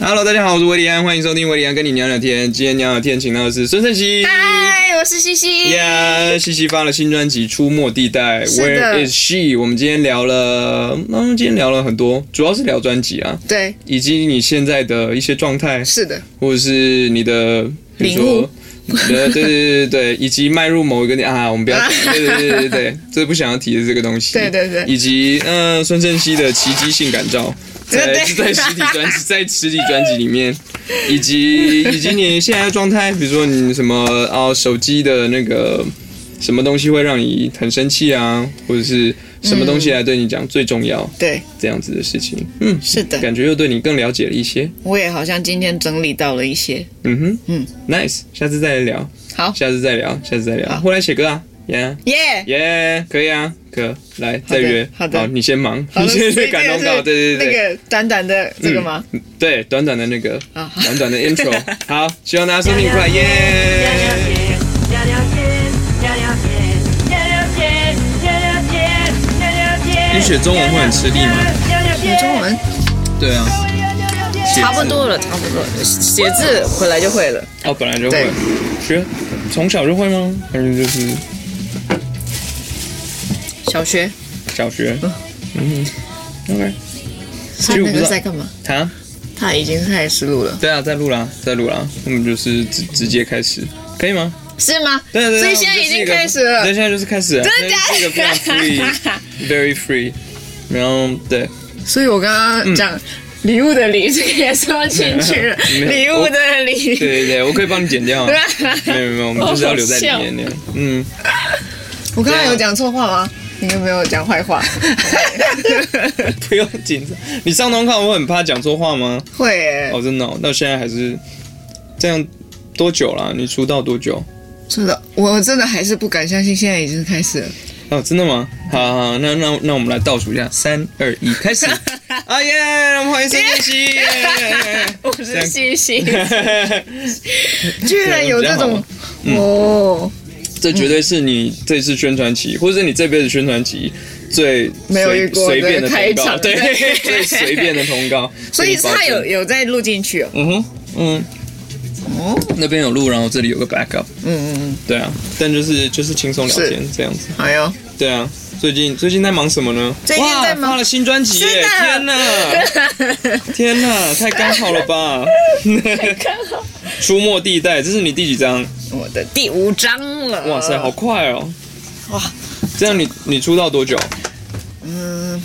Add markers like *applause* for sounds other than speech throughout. Hello，大家好，我是维里安，欢迎收听维里安跟你聊聊天。今天聊聊天，请到的是孙胜熙。嗨，我是西西。呀，西西发了新专辑《出没地带》是的，Where is she？我们今天聊了，嗯，今天聊了很多，主要是聊专辑啊，对，以及你现在的一些状态，是的，或者是你的比如说领悟。呃，对对对对 *laughs* 对，以及迈入某一个点啊，我们不要啊 *laughs* 提，对对对对对，这不想要提的这个东西。对对对以及嗯，孙正熙的奇迹性感 *laughs* 照，在对在实体专 *laughs* 辑，在实体专辑里面，以及以及你现在的状态，比如说你什么哦，手机的那个什么东西会让你很生气啊，或者是什么东西来对你讲最重要对，这样子的事情，嗯，嗯是的，感觉又对你更了解了一些，我也好像今天整理到了一些。嗯哼，嗯，nice，下次再来聊。好，下次再聊，下次再聊。好后来写歌啊，耶耶，耶，可以啊，可来再约。好的你先忙，*laughs* 好你了，先所去以赶这通个告。 *laughs* 是对对对对那个短短的这个吗？对，短短的那个，啊，好短短 *laughs* 的 intro。好，希望大家收听愉快，耶！你学中文会很吃力吗？你中文对啊，写字差不多了，差不多了，写字回来就会了。哦，本来就会对学，从小就会吗？还是就是小学，小学？嗯，OK，他实我那不知道个在干嘛？好。他已经开始录了，对啊，在录啦，在录啦，那么就是直直接开始，可以吗？是吗？对啊对对，所以现在已经开始了对，。现在就是开始了，真的假的这个非常 *laughs* free，very free。然后对，所以我刚刚讲礼物的礼，这个也说进去 *laughs* 了没有，礼物的礼。对对对，我可以帮你剪 *laughs* 掉啊。没有没有，我们就是要留在里面那样。嗯， *laughs* 我刚刚有讲错话吗？你有没有讲坏 *laughs* 话？不用紧张。你上通告，我很怕讲错话吗？会欸哦，真的哦，到现在还是这样多久啦？你出道多久？是的，我真的还是不敢相信，现在已经开始了。哦，真的吗？好好，好那那那我们来倒数一下，三二一，开 *laughs* 始！啊耶！我们欢迎孙燕西。我样是西西，居然有这种哦， *laughs* 这绝对是你这次宣传期，或者是你这辈子宣传期最没有遇过随随便的对开通告，场对，对最随便的通告。 *laughs* 所以跟你保他有证，有在录进去哦。嗯哼，嗯，哦，那边有路，然后这里有个 backup，嗯嗯嗯，对啊，但就是就是轻松聊天这样子，好哟。对啊。最近最近在忙什么呢？最近在哇忙发了新专辑耶！是的啊天哪，天哪，太刚好了吧！出没地带，这是你第几张？我的第五章了，哇塞，好快哦！呃哇，这样你你出道多久？嗯，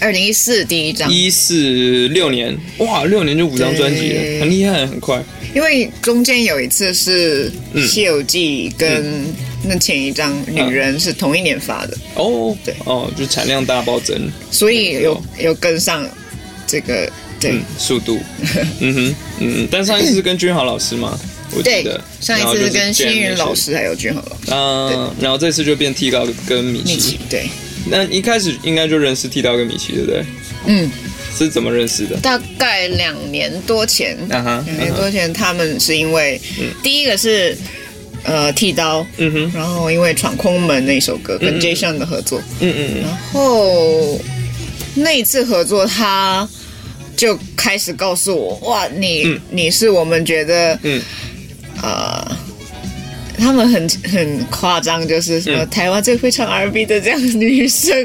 二零一四第一章，一四六年，哇，六年就五张专辑了，对很厉害，很快。因为中间有一次是嗯《西游记》跟那前一张《女人》是同一年发的，哦，对哦，就产量大暴增，所以有有跟上这个对。嗯，速 *laughs* 度，嗯哼，嗯，但上一次是跟君豪老师 *coughs* 嘛，我记对得，，上一然后次就是跟星云老 Jam 师还有俊豪老师那些，嗯，然后这次就变剃刀跟米一奇起，，对，那一开始应该就认识剃刀跟米奇，对不对？嗯，是怎么认识的？大概两年多前，啊哈，啊两年哈多前他们是因为嗯第一个是呃剃刀，嗯哼，然后因为《闯空门》那首歌嗯嗯嗯跟 Jason 的合作，嗯嗯嗯，然后那一次合作，他就开始告诉我，哇，你、嗯你是我们觉得，嗯，呃。他们很很夸张，就是什么嗯台湾最会唱 R&B 的这样的女 *laughs* 生，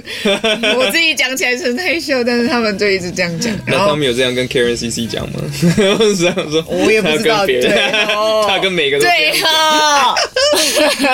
我自己讲起来是很害羞，但是他们就一直这样讲。那然他后们有这样跟 Karen CC 讲吗？ *laughs* 我这样说，我也不知他跟道别人对 *laughs* 哦他跟每个都这样对讲 *laughs* 啊，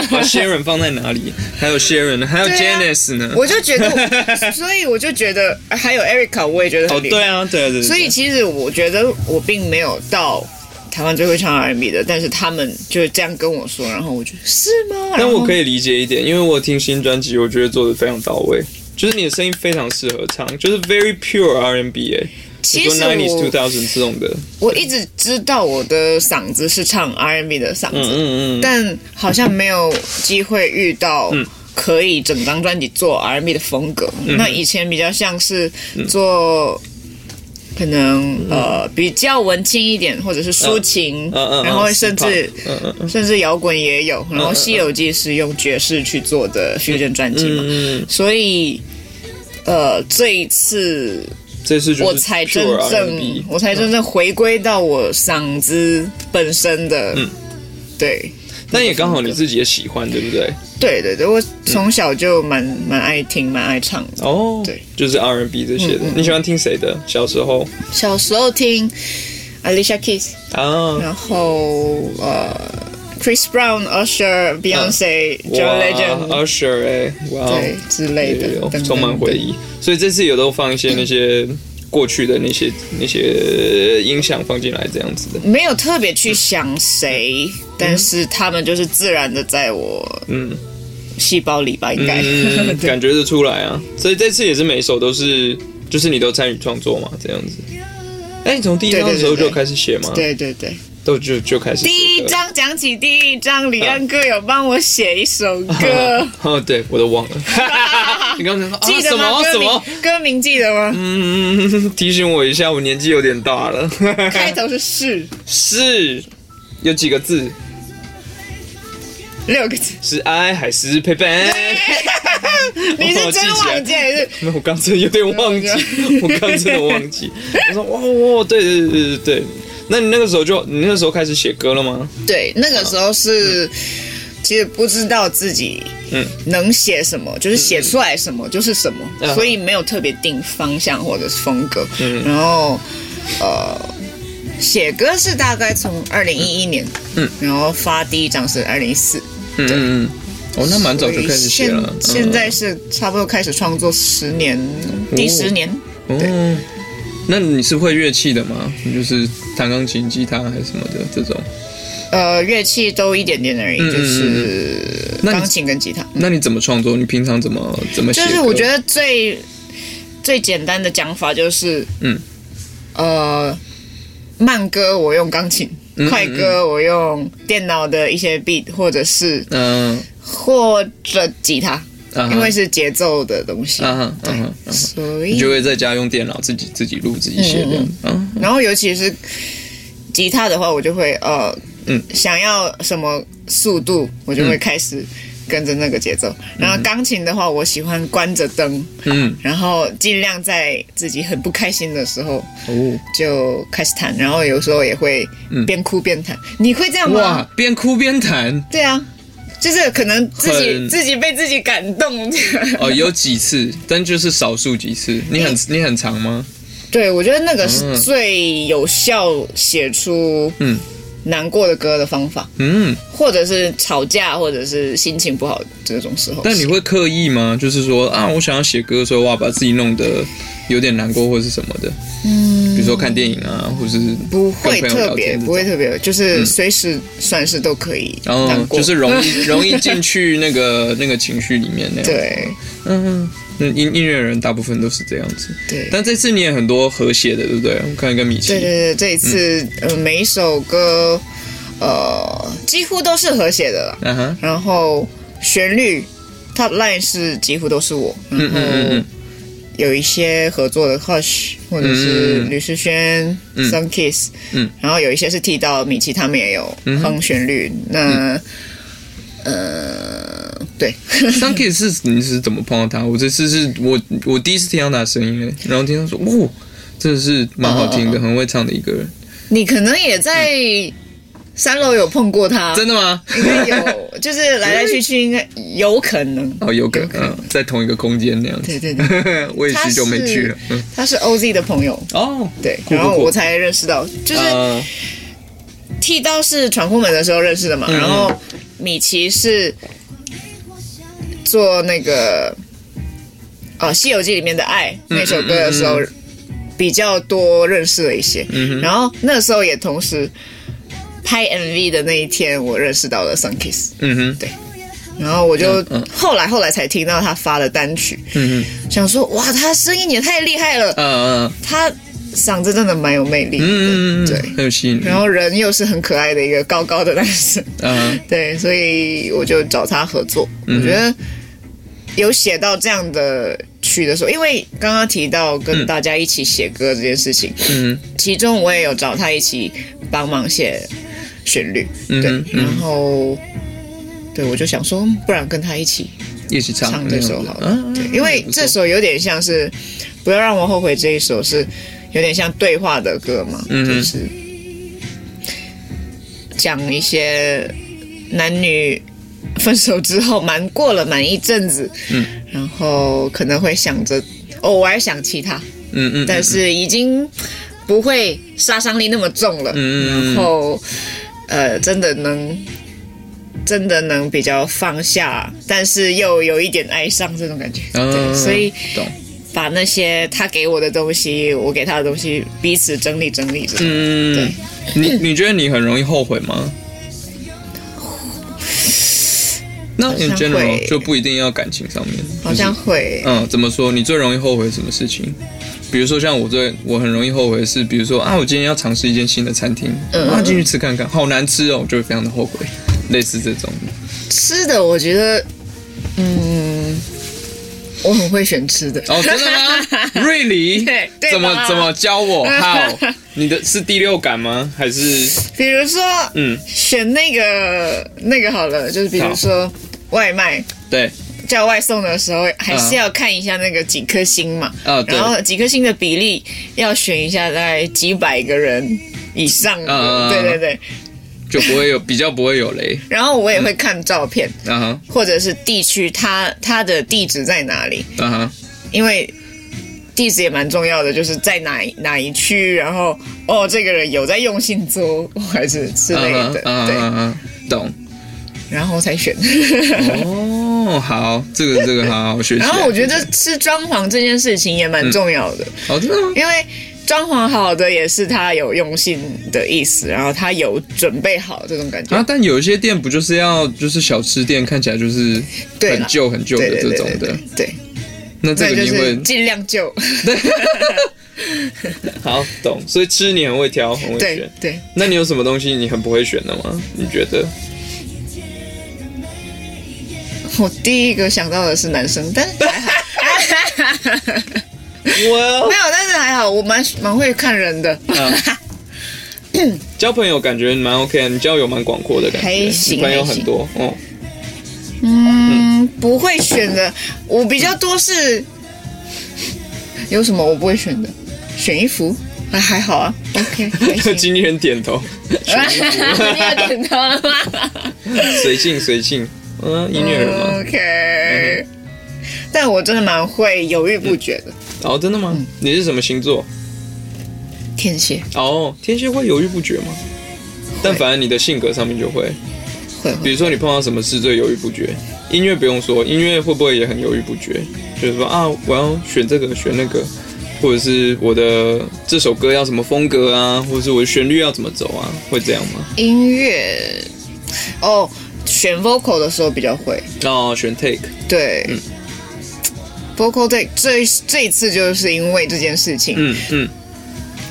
把 Sharon 放在哪里？还有 Sharon，还有对啊 Janice 呢？我就觉得我，所以我就觉得还有 Erica，我也觉得哦，很厉害对。啊，对啊，对啊。所以对啊其实我觉得我并没有到台湾最会唱 R&B 的，但是他们就是这样跟我说，然后我就是吗？但我可以以理解一点，因为我听新专辑，我觉得做的非常到位，就是你的声音非常适合唱，就是 very pure R&B 哎、你其说实 nineties two 我 thousand 这种的，我一直知道我的嗓子是唱 R&B 的嗓嗯子，嗯嗯，嗯但好像没有机会遇到。可以整张专辑做 R&B 的风格，那以前比较像是做嗯可能、呃比较文青一点，或者是抒情，嗯嗯，然后甚至嗯嗯嗯甚至摇滚也有，然后嗯嗯《西游记》是用爵士去做的 fusion 专辑嘛，嗯，所以呃，这一次这次就是我才真 pure 正 R&B，我才真正回归到我嗓子本身的，嗯对但也刚好你自己也喜欢，对不对？对对对，我从小就蛮蛮爱听，蛮爱唱的。哦，对，嗯就是 R&B 这些的。你喜欢听谁的？小时候小时候听 Alicia Keys，啊，然后呃 Chris Brown、Usher、Beyonce、John 啊哇 Legend， ，Usher 哎，哇哦，对之类的也有，等等充满回忆。所以这次有都放一些那些过去的那些那些音响放进来，这样子的。没有特别去想谁，但是他们就是自然的在我嗯细胞里吧，应该。 *laughs* 嗯，感觉得出来啊。所以这次也是每一首都是，就是你都参与创作嘛，这样子。哎，你从第一章的时候对对对对就开始写吗？，对对对，都就就开始写歌。第一章讲起第一章，李安哥有帮我写一首 *laughs* 歌，哦，对，我都忘了。*laughs* 你刚才说啊记得什吗？么歌什名么？歌名记得吗？嗯，提醒我一下，我年纪有点大了。嗯开头是是 *laughs* 是有几个字？六个 *laughs* 字，是爱还是陪伴？ *laughs* 你是真忘记还是？没有，我刚真的有点 *laughs* 忘记对 *laughs* 我，我刚真的忘记。我说哦，对对对对对。那你那个时候就，你那个时候开始写歌了吗？对，那个时候是。其实不知道自己嗯能写什么，就是写出来什么就是什么，嗯所以没有特别定方向或者是风格。然后，呃，写歌是大概从二零一一年，嗯，然后发第一张是二零一四，嗯嗯嗯。哦，那蛮早就开始写了。嗯现现在是差不多开始创作十年，哦第十年。嗯，哦那你是会乐器的吗？你就是弹钢琴、吉他还是什么的这种？呃，乐器都一点点而已，嗯就是那你嗯钢琴跟吉他。那你怎么创作？你平常怎么怎么写就歌？是我觉得最最简单的讲法就是，嗯，呃，慢歌我用钢琴，嗯快歌我用电脑的一些 beat 或者是嗯，或者吉他，啊哈因为是节奏的东西，啊哈啊哈啊哈所你以就会在家用电脑自己自己录自己写这样子。嗯然后尤其是吉他的话，我就会呃，嗯想要什么速度，我就会嗯开始跟着那个节奏。然后钢琴的话，我喜欢关着灯，嗯然后尽量在自己很不开心的时候哦就开始弹，然后有时候也会边哭边弹。你会这样嗯哇吗？，边哭边弹对啊，就是可能自己很自己被自己感 *laughs* 动。哦，有几次，但就是少数几嗯次。你很你很长吗？对，我觉得那个嗯是最有效写出嗯难过的歌的方法。嗯，或者是吵架，或者是心情不好这种时候。但你会刻意吗？就是说啊，我想要写歌的时候，哇，把自己弄得有点难过或是什么的。嗯，比如说看电影啊，或是不会跟朋友特聊别，天这种不会特别，就是随时算是都可以然后难过，就是容 *laughs* 易容易进去那个那个情绪里面那样。，对嗯，那音音乐人大部分都是这样子。对对但这次你也很多和谐的，对不对？我看一个米奇，对对，这一次、嗯呃每一首歌呃几乎都是和谐的啦，嗯哼，然后旋律 top line 是几乎都是我，然嗯嗯后嗯有一些合作的 Hush 或者是嗯吕世轩、嗯 Sun Kiss，嗯，然后有一些是提到米奇他们也有嗯哼哼旋律，那呃对， *laughs* 嗯 s u n k i 是你是怎么碰到他？我这次是我我第一次听到他的声音，然后听到说，哦，真的是蛮好听的，很会唱的一个人，你可能也在三楼有碰过他，嗯真的吗？应该啊有，就是来来去去应该有可能， *laughs* 哦，有可能、嗯在同一个空间那样子 *laughs* 对。对对， *laughs* 我也许就没去了。嗯他是 OZ 的朋友。哦，对，酷然后酷酷我才认识到，就是呃剃刀是闯空门的时候认识的嘛，嗯然后米奇是做那个哦《西游记》里面的爱那首歌的时候嗯比较多认识了一些，嗯然后那时候也同时拍 MV 的那一天，我认识到了 Sun Kiss，嗯哼，然后我就、嗯嗯后来后来才听到他发的单曲，嗯想说哇，他声音也太厉害了，哼，呃，他嗓子真的蛮有魅力的，嗯嗯嗯，对。很有吸引力。然后人又是很可爱的一个高高的男生，嗯 *laughs* 对，所以我就找他合作。我觉得有写到这样的曲的时候，因为刚刚提到跟大家一起写歌这件事情，嗯其中我也有找他一起帮忙写旋律，嗯对嗯，然后。对，我就想说，嗯不然跟他一起一起唱唱这首好了。嗯对，因为这首有点像是不要让我后悔这一首是有点像对话的歌嘛，嗯哼就是讲一些男女分手之后瞒过了瞒一阵子，嗯，然后可能会想着偶尔想起他，嗯嗯，但是已经不会杀伤力那么重了。嗯嗯嗯然后呃，真的能真的能比较放下，但是又有一点哀伤这种感觉。嗯对，所以懂，把那些他给我的东西，我给他的东西，彼此整理整理着。嗯，你你觉得你很容易后悔吗？那 in 好像 general 会就不一定要感情上面，好像会，嗯，怎么说？你最容易后悔什么事情？比如说像我最我很容易后悔的是，比如说啊，我今天要尝试一间新的餐厅，嗯啊，进去吃看看，好难吃哦，我就会非常的后悔，类似这种。吃的我觉得，嗯，我很会选吃的。哦，真的 *laughs* 吗？瑞黎对，对吧怎么怎么教我？ *laughs* 好，你的是第六感吗？还是比如说，嗯，选那个那个好了，就是比如说外卖。对，叫外送的时候，还是要看一下那个几颗星嘛，啊对然后几颗星的比例要选一下，大概几百个人以上的，嗯嗯嗯对对对。就不会有比较不会有雷然后我也会看照片，啊哈或者是地区，它它的地址在哪里，啊哈。因为地址也蛮重要的，就是在哪一哪一区，然后哦，这个人有在用心做，还是之类的，嗯对，嗯嗯嗯，懂。然后才选。哦，好，这个这个好好学习。 *laughs* 然后我觉得吃装潢这件事情也蛮重要的，哦，真的吗？因为装潢好的也是他有用心的意思，然后他有准备好这种感觉。啊，但有一些店不就是要就是小吃店，看起来就是对很啦旧很旧对的对这对种对的对，，对，那这个那就你是会尽 *laughs* 量救。好懂。所以吃你很会挑，很会对选。对，那你有什么东西你很不会选的吗？你觉 *laughs* 得？我第一个想到的是男生，但是还好，我 *laughs* 没有，但是还好，我蛮蛮会看人的，啊交朋友感觉蛮 OK 的，你交友蛮广阔的感觉，还行你朋友很多。哦，嗯，不会选的，我比较多是有什么我不会选的，选衣服。啊，还好啊，OK，还 *laughs* 行。今天点头， *laughs* 你有点头了吗？随性随性。嗯，音乐人吗？嗯 OK，、但我真的蛮会犹豫不决的。哦，真的吗？嗯你是什么星座？天蝎哦，天蝎会犹豫不决吗？但反正你的性格上面就会，会比会如说你碰到什么事最犹豫不决，音乐不用说，音乐会不会也很犹豫不决？就是说啊，我要选这个选那个，或者是我的这首歌要什么风格啊，或者是我的旋律要怎么走啊，会这样吗？音乐哦，选 vocal 的时候比较会，哦，选 take，对。vocal 对这这一次就是因为这件事情、嗯嗯，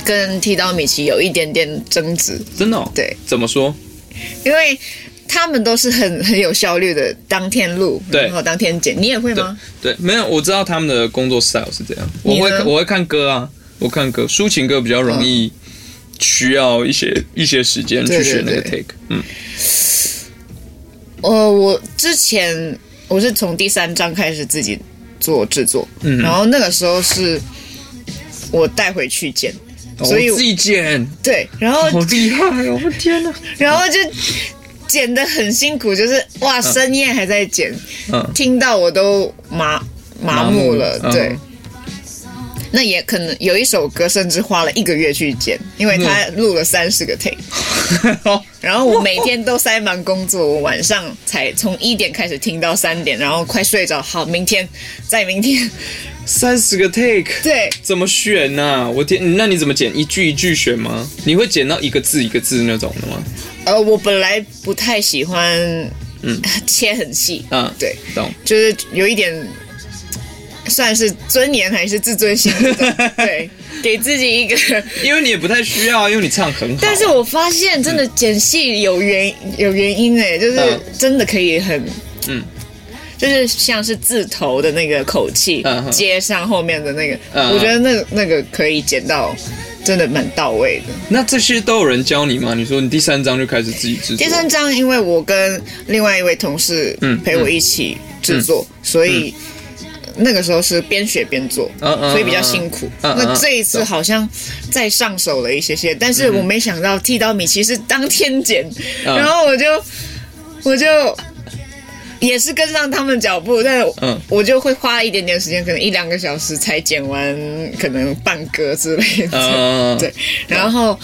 跟剃刀米奇有一点点争执，真的、哦，对，怎么说？因为他们都是很很有效率的，当天录，对然后当天剪。你也会对吗？对，没有，我知道他们的工作 style 是这样，我你呢会我会看歌啊，我看歌，抒情歌比较容易需要一些一些时间去对对选那个对 take，嗯。呃，我之前我是从第三章开始自己做制作，嗯然后那个时候是我带回去剪，哦所以我自己剪， *laughs* 对，然后好厉害哦！我的天哪，然后就剪得很辛苦，就是哇，深夜还在剪，嗯，听到我都麻麻木了，麻木对嗯。那也可能有一首歌，甚至花了一个月去剪，因为他嗯录了三十个 take，然后我每天都塞满工作，我晚上才从一点开始听到三点，然后快睡着。好，明天，再明天，三十个 take，对，怎么选呐、我天，那你怎么剪？一句一句选吗？你会剪到一个字一个字那种的吗？呃，我本来不太喜欢，嗯，切很细，嗯对，懂。就是有一点算是尊严还是自尊心这种，对，给自己一个。因为你也不太需要，因为你唱很好。但是我发现真的剪戏有原有原因哎，就是嗯真的可以很，嗯，就是像是字头的那个口气嗯哼接上后面的那个，嗯我觉得那那个可以剪到真的蛮到位的。那这些都有人教你吗？你说你第三章就开始自己制作，第三章，因为我跟另外一位同事嗯陪我一起制作，所以那个时候是边学边做，嗯嗯所以比较辛苦。嗯嗯那这一次好像再上手了一些些，但是我没想到剃刀米奇是当天剪，嗯然后我就我就。也是跟上他们脚步，但嗯我就会花一点点时间，可能一两个小时才剪完，可能半格之类的。嗯嗯对，然后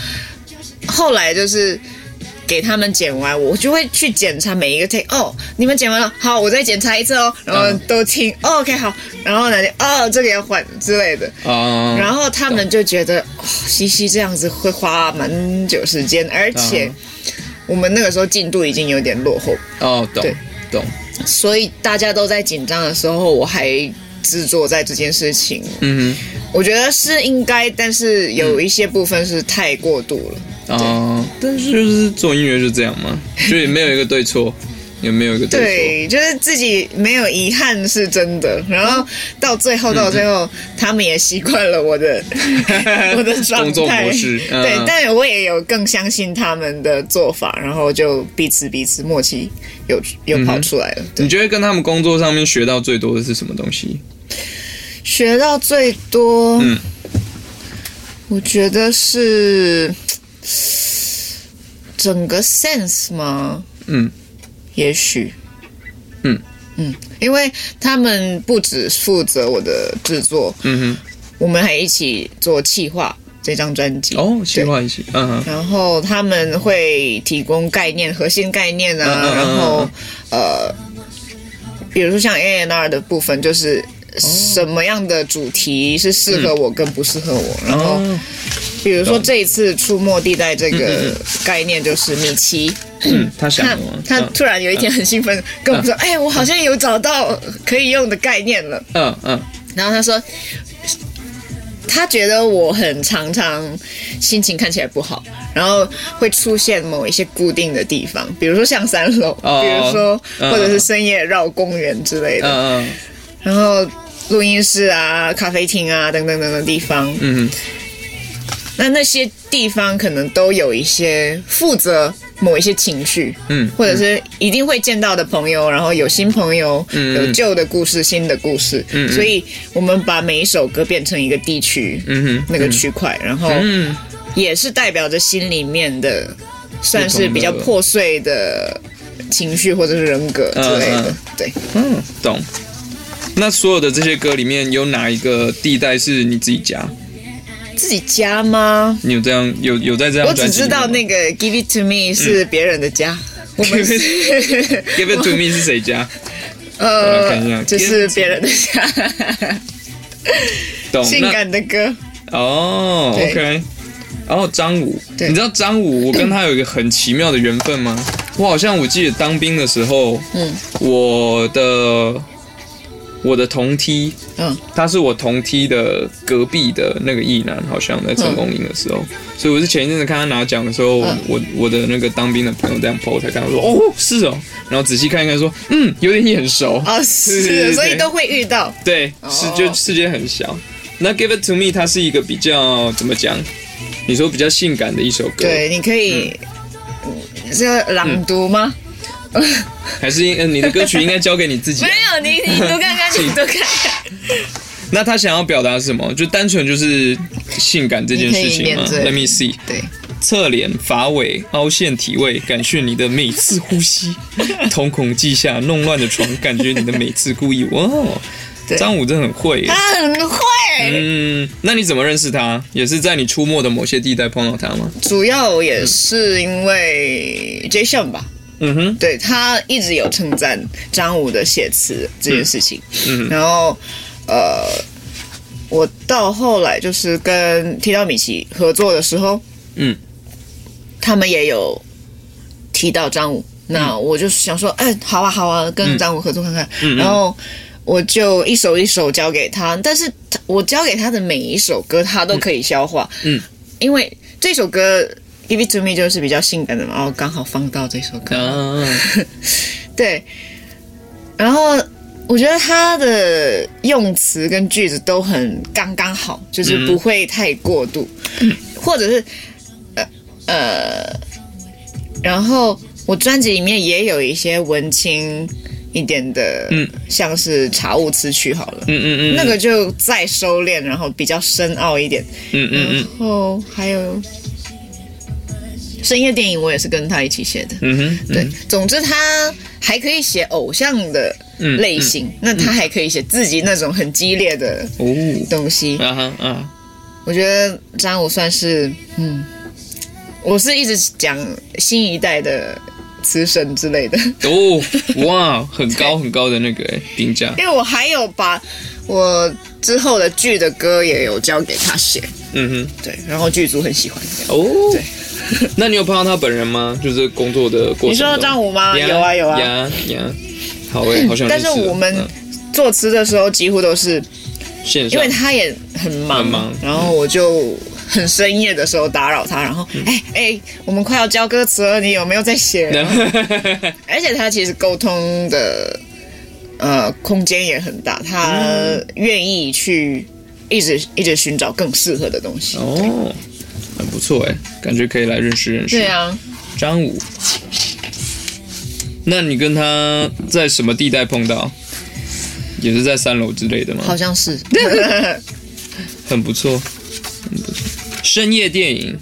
后来就是给他们剪完，我就会去检查每一个 take。哦，你们剪完了，好，我再检查一次哦。然后嗯都听、哦、，OK，好。然后呢，哦，这个要换之类的。嗯，然后他们就觉得，哦，西西这样子会花蛮久时间，而且嗯我们那个时候进度已经有点落后，哦，懂对懂，所以大家都在紧张的时候，我还执着在这件事情。嗯我觉得是应该，但是有一些部分是太过度了。哼，哦，但是就是做音乐就这样 *laughs* 嘛，就也没有一个对错，也没有一个错，对，就是自己没有遗憾是真的。然后到最后，到最嗯后，他们也习惯了 *laughs* 我的我的状工作态模式嗯对，但我也有更相信他们的做法，然后就彼此彼此默契有有跑出来了。对，你觉得跟他们工作上面学到最多的是什么东西？学到最多，嗯我觉得是整个 sense 吗？嗯也许，嗯嗯，因为他们不只负责我的制作，嗯我们还一起做企划这张专辑哼，哦，计划一起，嗯哼，然后他们会提供概念、核心概念啊，嗯嗯嗯嗯然后呃，比如说像 A N R 的部分，就是哦什么样的主题是适合我跟不适合我，然后嗯嗯哦比如说这一次出没地带这嗯嗯个概念就是米奇，嗯，他想他了吗？他突然有一天很兴奋跟我说：“哎，我好像有找到可以用的概念了。嗯嗯”然后他说。他觉得我很常常心情看起来不好，然后会出现某一些固定的地方，比如说像三楼，哦比如说嗯或者是深夜绕公园之类的，嗯然后录音室啊、咖啡厅啊等等等等地方，嗯嗯那那些地方可能都有一些负责某一些情绪，嗯或者是一定会见到的朋友，然后有新朋友，嗯有旧的故事、新的故事，嗯所以我们把每一首歌变成一个地区，嗯哼那个区块，然后嗯也是代表着心里面的，算是比较不同的破碎的情绪或者是人格之类的，嗯嗯对。嗯，懂。那所有的这些歌里面，有哪一个地带是你自己加？自己家吗？你有这样有有在这样？我只知道那个个 Give It To Me 是别人的家，我们嗯 Give *laughs* 是 Give It To Me 是谁 *laughs* 加？我来看一下呃，就是别人的家，哦懂？性感的歌，那哦对，OK。然后张武，对你知道张武，我跟他有 *clears throat* 一个很奇妙的缘分吗？我好像我记得当兵的时候，嗯我的我的同梯，嗯他是我同梯的隔壁的那个艺男，好像在成功营的时候，所以我是前一阵子看他拿奖的时候，嗯我我的那个当兵的朋友这样 PO 才看到说，哦，是哦，然后仔细看一看说，嗯，有点眼熟，哦，对对对 *laughs* 是，所以都会遇到。对，哦世就世界很小。那 Give It To Me 它是一个比较怎么讲？你说比较性感的一首歌，对，你可以嗯是要朗读吗？还是因、呃、你的歌曲应该交给你自己没 *laughs* 啊、有，你你读看看，请你读看看。那他想要表达是什么？就单纯就是性感这件事情吗你可以念？Let 这 me see。 *laughs* 对，侧脸、发尾、凹陷体位，感谢你的每 *laughs* 次呼吸；瞳孔记下弄乱的床，感觉你的每次故意。哇哦，对张武真的很会耶。他很会，嗯，那你怎么认识他？也是在你出没的某些地带碰到他吗？主要也是因为 Jason 吧。嗯哼，对他一直有称赞张武的写词这件事情，嗯嗯然后呃，我到后来就是跟提到米奇合作的时候，嗯，他们也有提到张武，那我就想说，哎，好啊好啊，跟张武合作看看，嗯嗯嗯然后。我就一首一首交给他，但是他我交给他的每一首歌，他都可以消化，嗯嗯因为这首歌《Give It To Me》就是比较性感的嘛，然后刚好放到这首歌，啊，对，然后我觉得他的用词跟句子都很刚刚好，就是不会太过度，嗯或者是呃呃，然后我专辑里面也有一些文青一点的，嗯，像是茶物词曲好了，嗯嗯嗯，那个就再收敛，然后比较深奥一点。嗯嗯然后还有深夜电影，我也是跟他一起写的。嗯嗯哼，对，总之他还可以写偶像的嗯类型，那他还可以写自己那种很激烈的哦，东西。啊哈啊，我觉得张武算是，嗯，我是一直讲新一代的词神之类的， *laughs* 哦哇，很高很高的那个哎评价，因为我还有把我之后的剧的歌也有交给他写，嗯对，然后剧组很喜欢。哼，哦，那你有碰到他本人吗？就是工作的过程中，你说张武吗？呀有啊有啊。呀呀，好哎，好想认但识是哦，我们嗯作词的时候几乎都是，线因上为，他也很忙，很忙然后我就很深夜的时候打扰他，然后哎哎、我们快要交歌词了，你有没有在写？而且他其实沟通的呃空间也很大，他愿意去一直一直寻找更适合的东西。 *laughs* 哦，很不错哎，感觉可以来认识认识。对啊，张武。那你跟他在什么地带碰到？也是在三楼之类的吗？好像是。很不错，很不错。深夜电影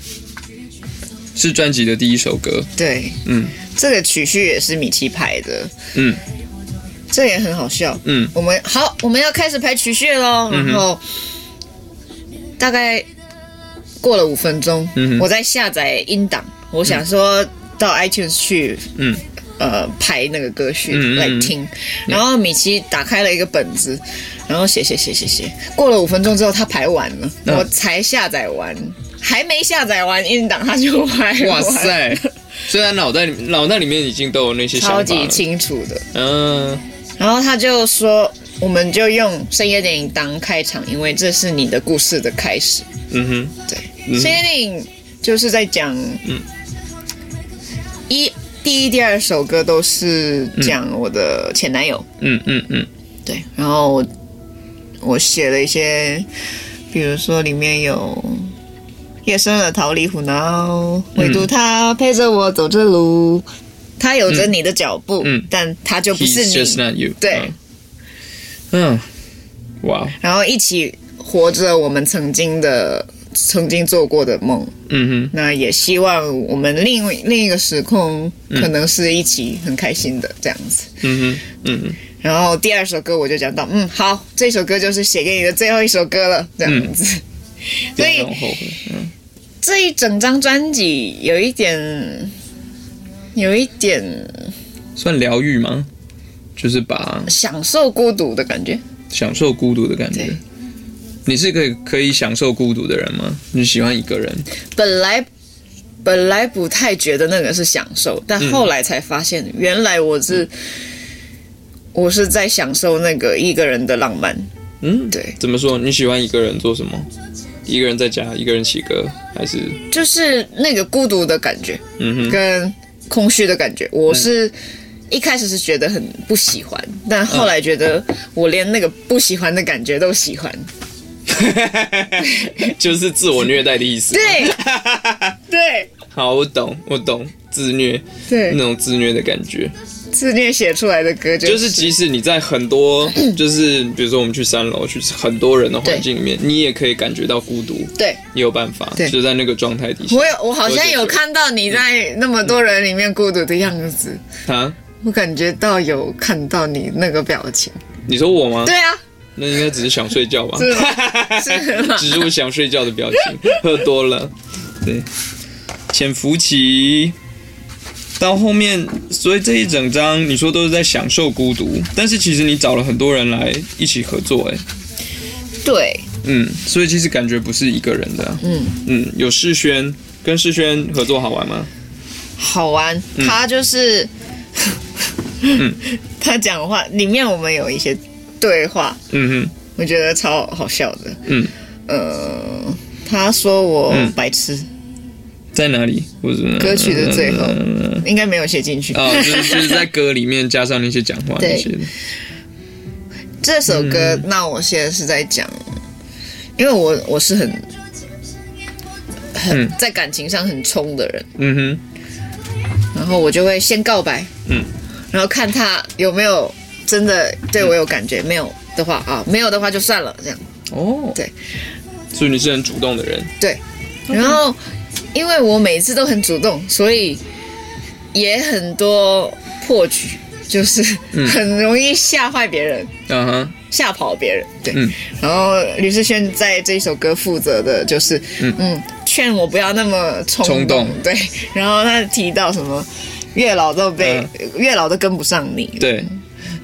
是专辑的第一首歌，对，嗯这个曲序也是米奇排的，嗯这也很好笑。嗯我们好，我们要开始排曲序喽。然后、大概过了五分钟，嗯哼我在下载音档，我想说到 iTunes 去嗯，呃排那个歌序嗯嗯嗯来听。然后米奇打开了一个本子，然后写写写写写。过了五分钟之后，他排完了，嗯我才下载完。还没下载完音档，他就排完 *laughs* 哇， *laughs* 塞！虽然脑袋里脑袋里面已经都有那些想法超了级清楚的。嗯然后他就说，我们就用深夜电影当开场，因为这是你的故事的开始。嗯对，嗯深夜电影就是在讲，嗯一第一、第二首歌都是讲我的前男友，哼嗯嗯嗯对，然后我我写了一些，比如说里面有。夜深了，逃离胡闹，唯独他陪着我走这路。他有着你的脚步，嗯但他就不是，He's 你。 just not you。对嗯，嗯，哇，然后一起活着我们曾经的、曾经做过的梦。嗯哼，那也希望我们另另一个时空，嗯可能是一起很开心的这样子。嗯哼，嗯哼。然后第二首歌我就讲到，嗯，好，这首歌就是写给你的最后一首歌了，这样子。所以不要让我后悔，嗯这一整张专辑有一点，有一点算疗愈吗？就是把享受孤独的感觉。享受孤独的感觉对。你是可以可以享受孤独的人吗？你喜欢一个人？本来本来不太觉得那个是享受，但后来才发现，原来我嗯是、我是在享受那个一个人的浪漫。嗯，对，怎么说？你喜欢一个人做什么？一个人在家，一个人起歌，还是就是那个孤独的感觉嗯哼？跟空虚的感觉，我是。一开始是觉得很不喜欢，但后来觉得我连那个不喜欢的感觉都喜欢。 *laughs* 就是自我虐待的意思。 *laughs* 对，对，好，我懂，我懂，自虐那对，种自虐的感觉，自虐写出来的歌就就是即使你在很 *clears throat* 多，就是比如说我们去三楼，去很多人的环境里面，你也可以感觉到孤独，对。你有办法，对就在那个状态底下我有，我好像有看到你在那么多人里面孤独的样子，啊。我感觉到有看到你那个表情。你说我吗？对啊，那应该只是想睡觉吧。是吗？ *laughs* 是吗？只是我想睡觉的表情，喝多了。对，潜伏期到后面，所以这一整张你说都是在享受孤独，但是其实你找了很多人来一起合作，哎， *laughs* 对，嗯，所以其实感觉不是一个人的啊，嗯嗯，有世轩跟世轩合作好玩吗？好玩。嗯他就是， *laughs* 他讲话里面我们有一些对话，嗯我觉得超好笑的。哼，嗯，呃，他说我嗯白痴，在哪里？我是歌曲的最后嗯应该没有写进去。哦，就是就是在歌里面加上那些讲话那 *laughs* 对些的， *laughs* 这首歌，嗯那我现在是在讲，因为我我是很很、嗯在感情上很冲的人，嗯哼，然后我就会先告白，嗯，然后看他有没有真的对我有感觉，没有的话啊，没有的话就算了，这样哦，对，所以你是很主动的人，对。然后，因为我每次都很主动，所以也很多破局，就是很容易吓坏别人。嗯哼，吓跑别人。对，嗯然后吕志炫在这一首歌负责的就是，嗯劝我不要那么冲冲动对，然后他提到什么，月老都被、月老都跟不上你。嗯对，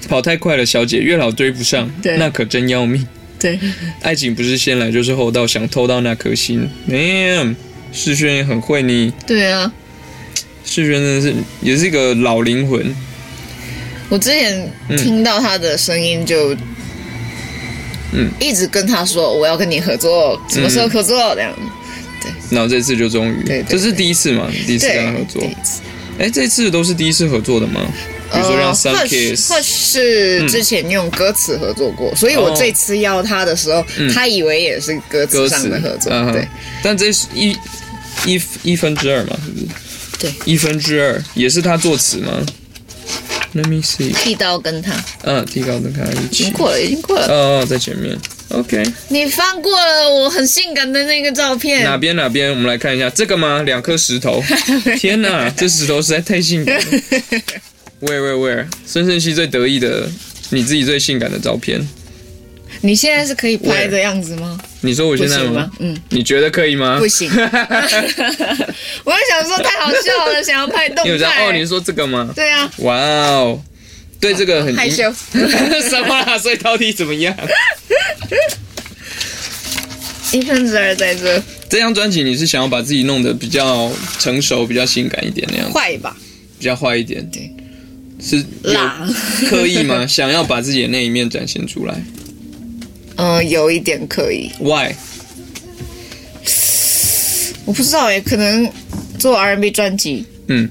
跑太快了，小姐，月老追不上，对那可真要命。对爱情不是先来就是后到，想偷到那颗心，damn，世轩也很会你，对啊，世轩真的是也是一个老灵魂，我之前听到他的声音就。嗯，一直跟他说我要跟你合作，什么时候合作这样？嗯然后这次就终于，对对这是第一次嘛，第一次跟他合作对，第一次哎，这次都是第一次合作的吗？比如说让呃 Sun 或许 Kiss，嗯或是之前用歌词合作过，所以哦我这次邀他的时候，他以为也是歌嗯词歌上词的合作，嗯哼对，但这是一一一分之二嘛，是不是？对，一分之二也是他作词吗？Let me see，剃刀跟他嗯、提高跟他一已起经，过了，已经过了，哦，在前面，OK，你放过了我很性感的那个照片，哪边哪边，我们来看一下这个吗？两颗石头，天哪，这石头实在太性感了。Where where where？孙胜熙最得意的，你自己最性感的照片， *laughs* 你现在是可以拍的样子吗？你说我现在不行吗吗？嗯，你觉得可以吗？ *laughs* 不行，我就想说太好笑了，想要拍 *laughs* 动你有这样态，哦？你是说这个吗？对啊，哇哦，对这个很害羞， *laughs* 什么啦？所以到底怎么 *laughs* 样？一分之二在这这张专辑你是想要把自己弄得比较成熟、比较性感一点那样子，坏吧，比较坏一点，对，是有辣刻意吗？想要把自己的那一面展现出来 *laughs* 嗯、有一点可以。 ？Why？我不知道哎，可能做 R&B 专辑，嗯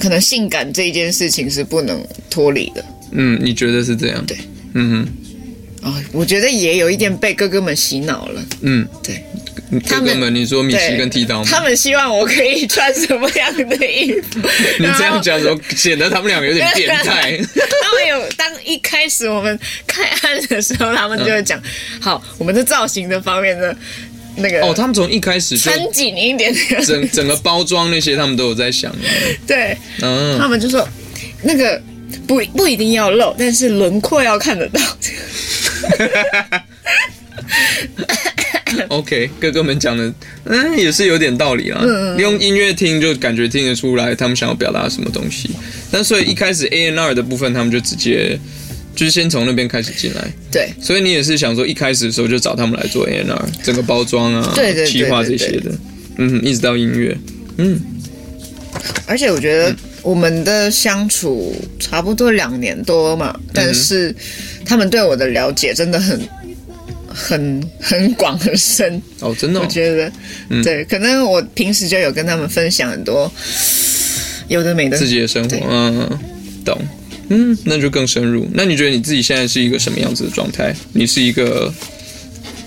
可能性感这一件事情是不能脱离的嗯，你觉得是这样？对，嗯啊、我觉得也有一点被哥哥们洗脑了，哼嗯，对，哥他们哥们，你说米对，奇跟剃刀吗？他们希望我可以穿什么样的衣服？ *laughs* 你这然样后讲，怎么显得他们两个有点变态？ *laughs* 他们有当一开始我们开案的时候，他们就会讲，好，我们的造型的方面呢，那个嗯哦，他们从一开始就穿紧一点，整整个包装那些，他们都有在想。 *laughs* 对，嗯， *laughs* 他们就说那个不不一定要露，但是轮廓要 *laughs* 看得到。 OK，哥哥们讲的，嗯，也是有点道理啦。嗯用音乐听就感觉听得出来他们想要表达什么东西。但所以一开始 A N R 的部分，他们就直接就是先从那边开始进来。对，所以你也是想说一开始的时候就找他们来做 A N R 整个包装啊、对对对企划这些的，嗯，一直到音乐，嗯，而且我觉得我们的相处差不多两年多嘛，嗯但是他们对我的了解真的很、很、很广、很深。哦，真的、 *laughs* 我哦，觉得，对，可能我平时就有跟他们分享很多有的没的自。己的生活对，嗯，嗯懂。嗯，那就更深入。那你觉得你自己现在是一个什么样子的状态？你是一个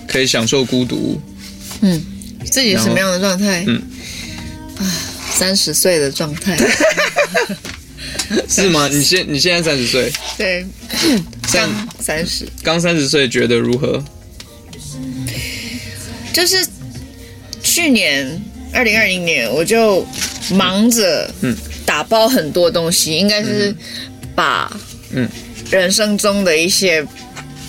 可以享受孤独，自己什么样的状态？嗯啊，三十岁的 *laughs* 状态。是吗？ *laughs* 你现你现在三十岁，对，三刚三十，刚三十岁，觉得如何？就是去年二零二零年，我就忙着嗯打包很多东西，应该是把嗯人生中的一些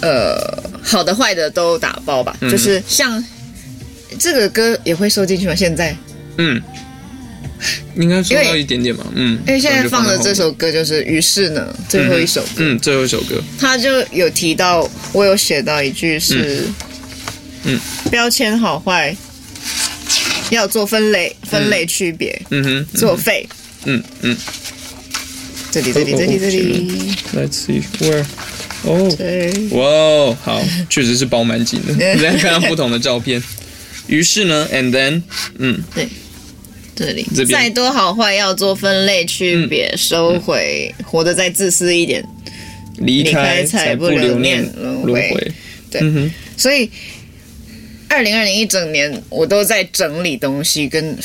呃好的坏的都打包吧，嗯就是像这个歌也会收进去吗？现在嗯，应该说到一点点吧。嗯，因为现那在就放在的后这面首歌就是《于是呢》最后一首歌，嗯，最后一首歌，他就有提到，我有写到一句是，嗯嗯标签好坏要做分类，分类区别，嗯哼，作废。嗯嗯这里这里哦哦这里哦这里， ，Let's see where，哦，对，哇哦，好，确实是包蛮紧 *laughs* 的。你再看看不同的照片，于是呢，and then，嗯，这里这边嗯再多好坏要做分类区别，收回，活得再自私一点。离离开开才才不不留留念恋轮轮回回，对嗯哼，所以，二零二零一整年我都在整理东西跟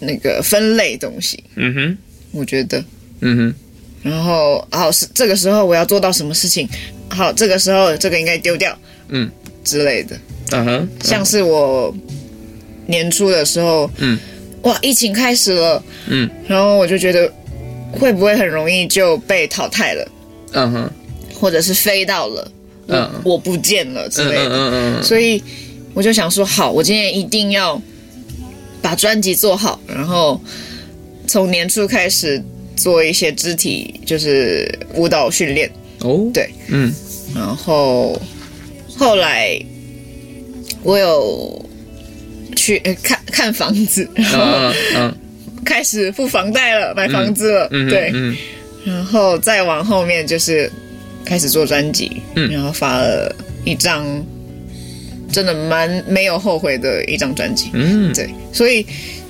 那个分类东西，嗯哼，我觉得嗯哼，然后好是这个时候我要做到什么事情，好这个时候这个应该丢掉，嗯之类的。嗯哼，像是我年初的时候，嗯，哇，疫情开始了，嗯然后我就觉得会不会很容易就被淘汰了，嗯哼，或者是飞到了，嗯我不见了之嗯类的。嗯嗯嗯，所以我就想说，好，我今天一定要把专辑做好，然后从年初开始做一些肢体就是舞蹈训练，哦，对，嗯然后后来我有去呃看看房子，然后嗯嗯开始付房贷了，买房子了，嗯，对，嗯然后再往后面就是开始做专辑，嗯然后发了一张真的蛮没有后悔的一张专辑，嗯，对，所以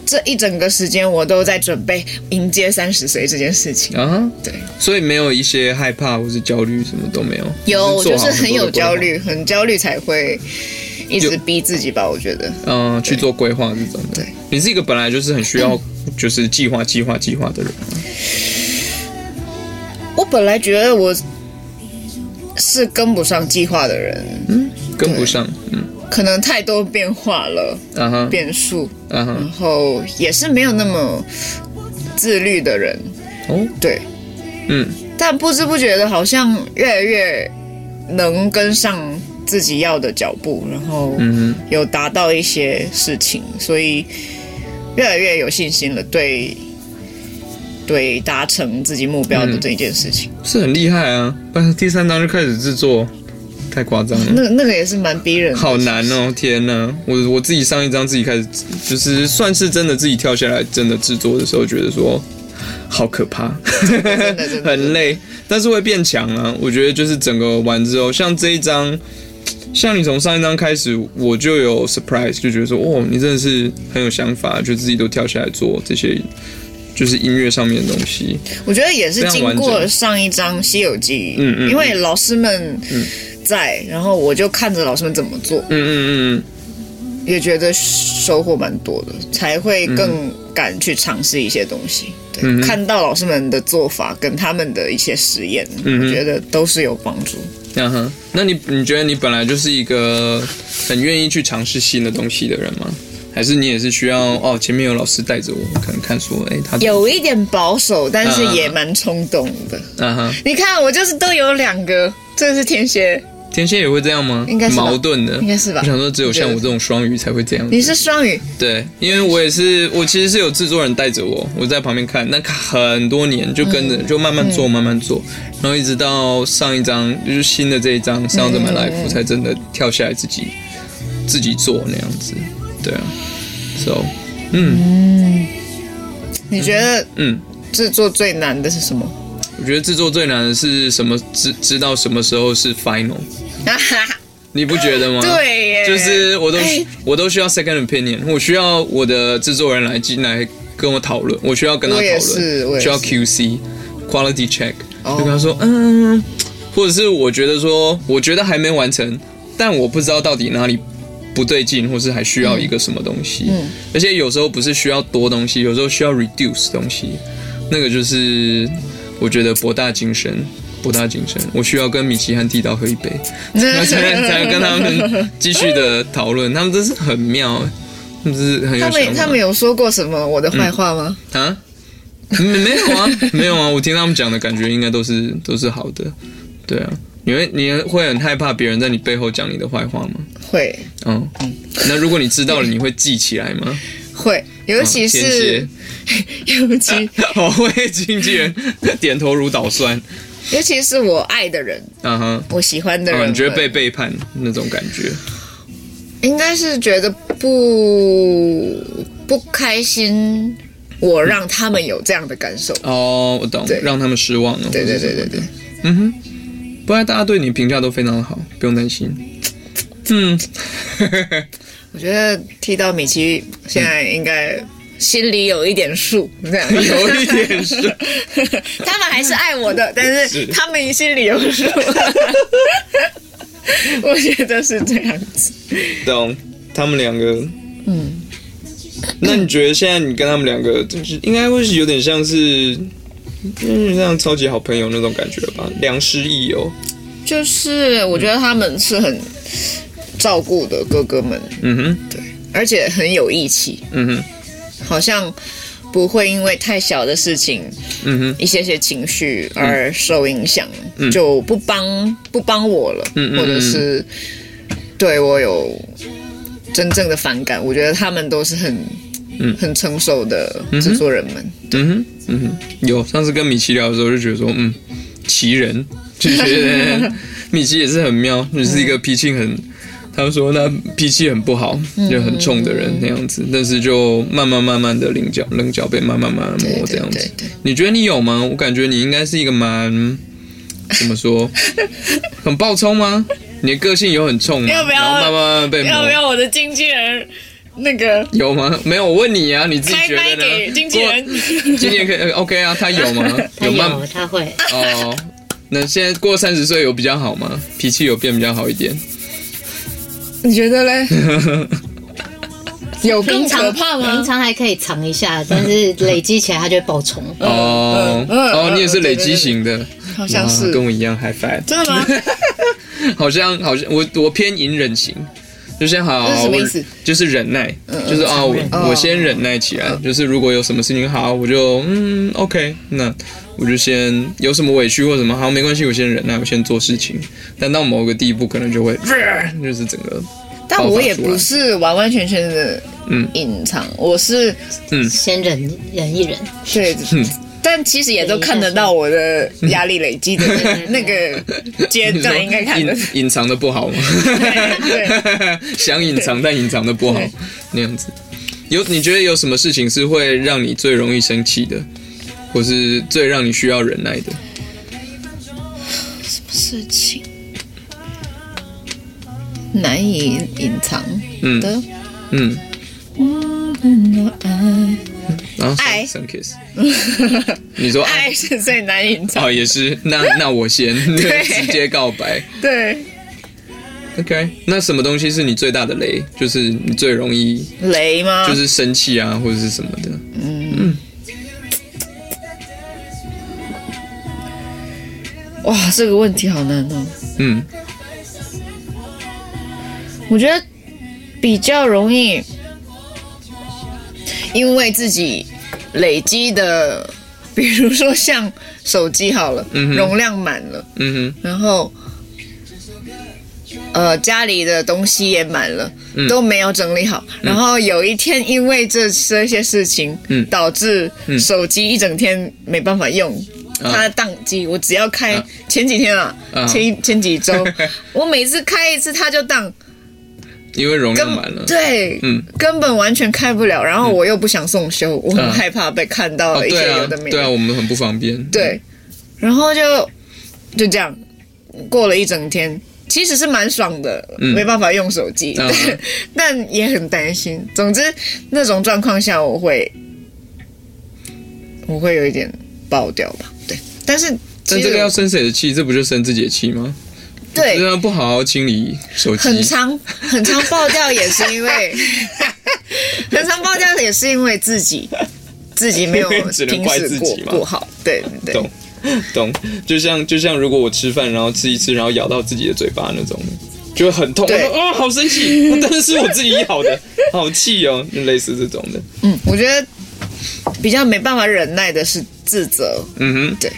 这一整个时间我都在准备迎接三十岁这件事情。啊哈，对，所以没有一些害怕或是焦虑，什么都没有，有，只就是做好是很有多的规划焦，虑，很焦虑才会一直有逼自己吧，我觉得。嗯，去做规划这种的。对，嗯你是一个本来就是很需要就是计划、计划、计划的人，我本来觉得我是跟不上计划的人，跟不上，嗯，可能太多变化了，啊哈，变数，啊哈然，后也是没有那么自律的人，哦，对。嗯，但不知不觉的，好像越来越能跟上自己要的脚步，然后嗯有达到一些事情，所以越来越有信心了，对对达成自己目标嗯的这一件事情，是很厉害啊，但是第三章就开始制作，太夸张了。那那个也是蛮逼人的，嗯好难哦！天哪，我我自己上一张自己开始，就是算是真的自己跳下来，真的制作的时候，觉得说好可怕，真的真的很累，但是会变强啊！我觉得就是整个完之后，像这一张，像你从上一张开始，我就有 surprise，就觉得说，哦，你真的是很有想法，就自己都跳下来做这些，就是音乐上面的东西。我觉得也是经非常完过整上一张《西游记》，嗯嗯因为老师们在，然后我就看着老师们怎么做，嗯嗯嗯也觉得收获蛮多的，才会更敢去尝试一些东西。对，嗯哼看到老师们的做法跟他们的一些实验，嗯哼我觉得都是有帮助。嗯，啊哈，那你你觉得你本来就是一个很愿意去尝试新的东西的人吗？还是你也是需要哦，前面有老师带着我，可能看说，哎、他有一点保守，但是嗯嗯也蛮冲动的。啊哈，你看，我就是都有两个，这是天蝎，天蝎也会这样吗？应该是吧矛盾的，应该是吧我想说，只有像我这种双鱼才会这样子你是双鱼，对，因为我也是，我其实是有制作人带着我，我在旁边看，那看很多年就跟着，就慢慢做，慢慢做，然后一直到上一张就是新的这一张《上着 My Life》才真的跳下来自己自己做那样子，对啊，so，嗯你觉得嗯，制作最难的是什么？我觉得制作最难的是什么？知知道什么时候是 final，哈哈，你不觉得吗？ *laughs* 对耶，嗯就是我都哎我都需要 second opinion，我需要我的制作人来进来跟我讨论，我需要跟他讨我也是论，我也是需要 QC quality check，、哦就跟他说，嗯，或者是我觉得说，我觉得还没完成，但我不知道到底哪里不对劲，或是还需要一个什么东西。嗯而且有时候不是需要多东西，有时候需要 reduce 东西，那个就是我觉得博大精深。博大精深，我需要跟米奇和剃刀喝一杯，然后才能才 *laughs* 能跟他们继续的讨论。他们真是很妙，他们真是很有想他法。们他们有说过什么我的坏话吗？啊？没没有啊， *laughs* 没有啊，我听他们讲的感觉应该都是都是好的，对啊。你会你会很害怕别人在你背后讲你的坏话吗？会嗯，那如果你知道了，你会记起来吗？会， *laughs* 尤其嗯天是蝎 *laughs* 尤其 *laughs* 好会经纪人 *laughs* 点头如捣蒜，尤其是我爱的人，啊哈，我喜欢的人哦，们，你觉得被背叛那种感觉？应该是觉得不不开心，我让他们有这样的感受。哦，我懂对，让他们失望了。对对或者对是什么对的对，嗯哼，不然大家对你评价都非常好，不用担心。嗯，我觉得提到米奇，现在应该心里有一点数，这样有一点是。 *laughs* 他们还是爱我的，但是是他们心里有数。 *laughs* 我觉得是这样子。 *laughs* 懂，他们两个，嗯，那你觉得现在你跟他们两个，就是应该会是有点像是就是像超级好朋友那种感觉吧，良师益友。就是我觉得他们是很照顾的哥哥们，嗯哼，而且很有义气，嗯哼，好像不会因为太小的事情，嗯哼，一些些情绪而受影响，就不帮不帮我了，嗯嗯嗯嗯或者是对我有真正的反感。我觉得他们都是很。很成熟的制作人们，嗯哼，嗯哼，有。上次跟米奇聊的时候就觉得说，嗯，奇 *laughs* 人，就觉得米奇也是很妙，就是一个脾气很，他说他脾气很不好，嗯就很冲的人那样子，但是就慢慢慢慢的棱角棱角被慢慢慢慢对磨这对样对子。对，你觉得你有吗？我感觉你应该是一个蛮怎么说， *laughs* 很暴冲吗？你的个性有很冲吗？要不要然后慢慢慢慢被磨？要不要我的经纪人那个有吗？没有，我问你啊，你自己开觉得麦给呢？经纪人？过，今年可以呃 OK 啊，他有吗？他慢有，他会，哦，那现在过三十岁有比较好吗？脾气有变比较好一点？ *laughs* 你觉得 *laughs* 嘞？有更平常可怕吗？平常还可以藏一下，但是累积起来他就会爆冲。哦嗯嗯哦，嗯你也是累对对积对型的，好像哇是啊跟我一样 high five，真的吗？ *laughs* 好像好像我我偏隐忍型。就像好，这是什么我意思嗯就是忍耐，就是啊，常我忍我先忍耐起哦来。就是如果有什么事情，好，我就嗯，OK，那我就先有什么委屈或什么，好，没关系，我先忍耐，我先做事情。但到某个地步，可能就会，就是整个但我也不是完完全全的嗯隐藏，我是先忍忍一忍， *laughs* 对，嗯但其实也都看得到我的压力累积的 *laughs* 那个阶你说段，应该 *laughs* 看得隐隐藏的不好吗？ *laughs* 想隐藏但隐藏的不好对那样子。有你觉得有什么事情是会让你最容易生气的，或是最让你需要忍耐的？事情，难以隐藏嗯的。嗯，爱然后爱 sun 啊 kiss，你说爱 *laughs* 爱是最难隐藏哦也是， *laughs* 那那我先对直接告白。对 OK，那什么东西是你最大的雷？就是你最容易雷 *laughs* 吗？就是生气啊，或者是什么的。哇，这个问题好难哦。嗯我觉得比较容易，因为自己累积的，比如说像手机好了，嗯哼容量满了，嗯哼然后呃家里的东西也满了，嗯都没有整理好。然后有一天因为这这些事情，嗯导致手机一整天没办法用。啊它宕机，我只要开啊前几天啊，啊前前 *laughs* 几周，我每次开一次它就宕，因为容量满了根。对，嗯根本完全开不了。然后我又不想送修，我很害怕被看到哦，一对些啊有的，没对啊，的，我们很不方便。对，然后就就这样过了一整天，其实是蛮爽的，嗯没办法用手机，嗯但也很担心。总之那种状况下，我会我会有一点爆掉吧，对，但是。但这其实个要生谁的气？这不就生自己的气吗？对这样不好好清理手机 *laughs* 很，常很常爆掉，也是因为很常爆掉，也是因为自己自己没有 *laughs* 只能平怪自时过己嘛过好，对对懂对，懂？就像就像如果我吃饭，然后吃一吃，然后咬到自己的嘴巴那种，就会很痛。对我说啊、好生气！ *laughs* 但是是我自己咬的，好气哦，就类似这种的。嗯，我觉得比较没办法忍耐的是自责，嗯哼，对，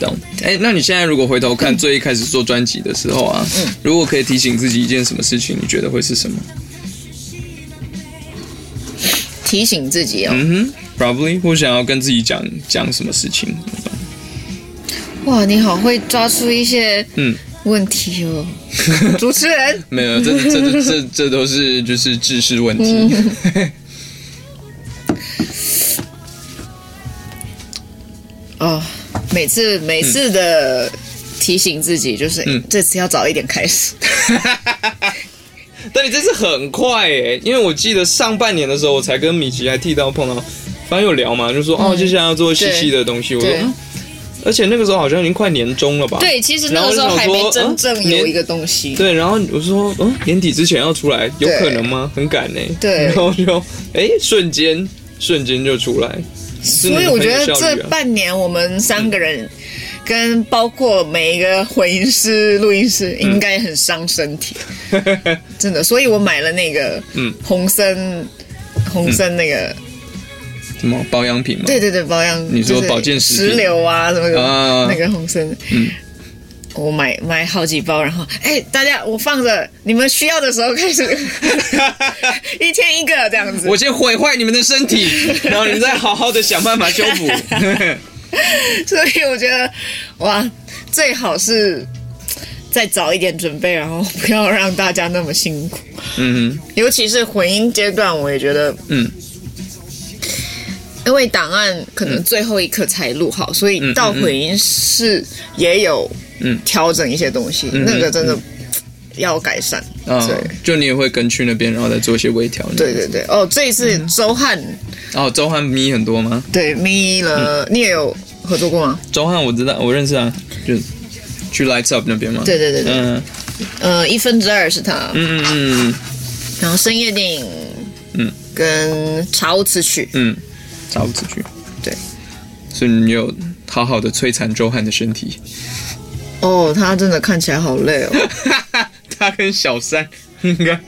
懂。哎，那你现在如果回头嗯看最一开始做专辑的时候啊，如果可以提醒自己一件什么事情，你觉得会是什么？提醒自己哦，嗯哼，probably 或想要跟自己讲讲什么事情？嗯哇，你好会抓出一些嗯。问题 *laughs* 哦，主持人，没有，这这这这这都是就是知识问题。嗯哦，每次每次的提醒自己就是、嗯这次要早一点开始， *laughs* 但你这次很快诶，因为我记得上半年的时候，我才跟米奇还剃刀碰到，反正有聊嘛，就说、哦，接下来要做西西的东西。我说，嗯对嗯而且那个时候好像已经快年终了吧？对，其实然那后个时候就想还没说真嗯正有年一个东西，对，然后我说，嗯，年底之前要出来，有可能吗？很赶呢。对然后就，哎，瞬间瞬间就出来，真的所以我觉得很有效这率啊半年我们三个人，跟包括每一个混音师、录音师，应该很伤身体，真的。所以我买了那个嗯红参，红参那个， *laughs* 什么保养品吗？对对对，保养，你说就是保健食品石榴啊什么啊的，那个红参，嗯我买买好几包，然后哎，大家我放着，你们需要的时 *laughs* 候开始，一天一个这样子。我先毁坏你们的身 *laughs* 体，然后你们再好好的想办法修补。 *laughs* 所以我觉得，哇，最好是再早一点准备，然后不要让大家那么辛苦。嗯哼尤其是混音阶段，我也觉得，嗯，因为档案可能最后一刻才录好，所以到混音室也有嗯调整一些东西，嗯那个真的要改善。啊对，就你也会跟去那边，然后再做一些微调。对对对，哦，这一次周汉、哦，周汉咪很多吗？对咪了，嗯你也有合作过吗？周汉我知道，我认识啊，就去 Lights Up 那边嘛。对对对对嗯呃，一分之二是他，嗯嗯然后深夜电影，嗯，跟茶屋词曲，嗯嗯，找不出去。对，所以你有好好的摧残周汉的身体。 *laughs* 哦，他真的看起来好累哦。他跟小三应 *laughs* 该，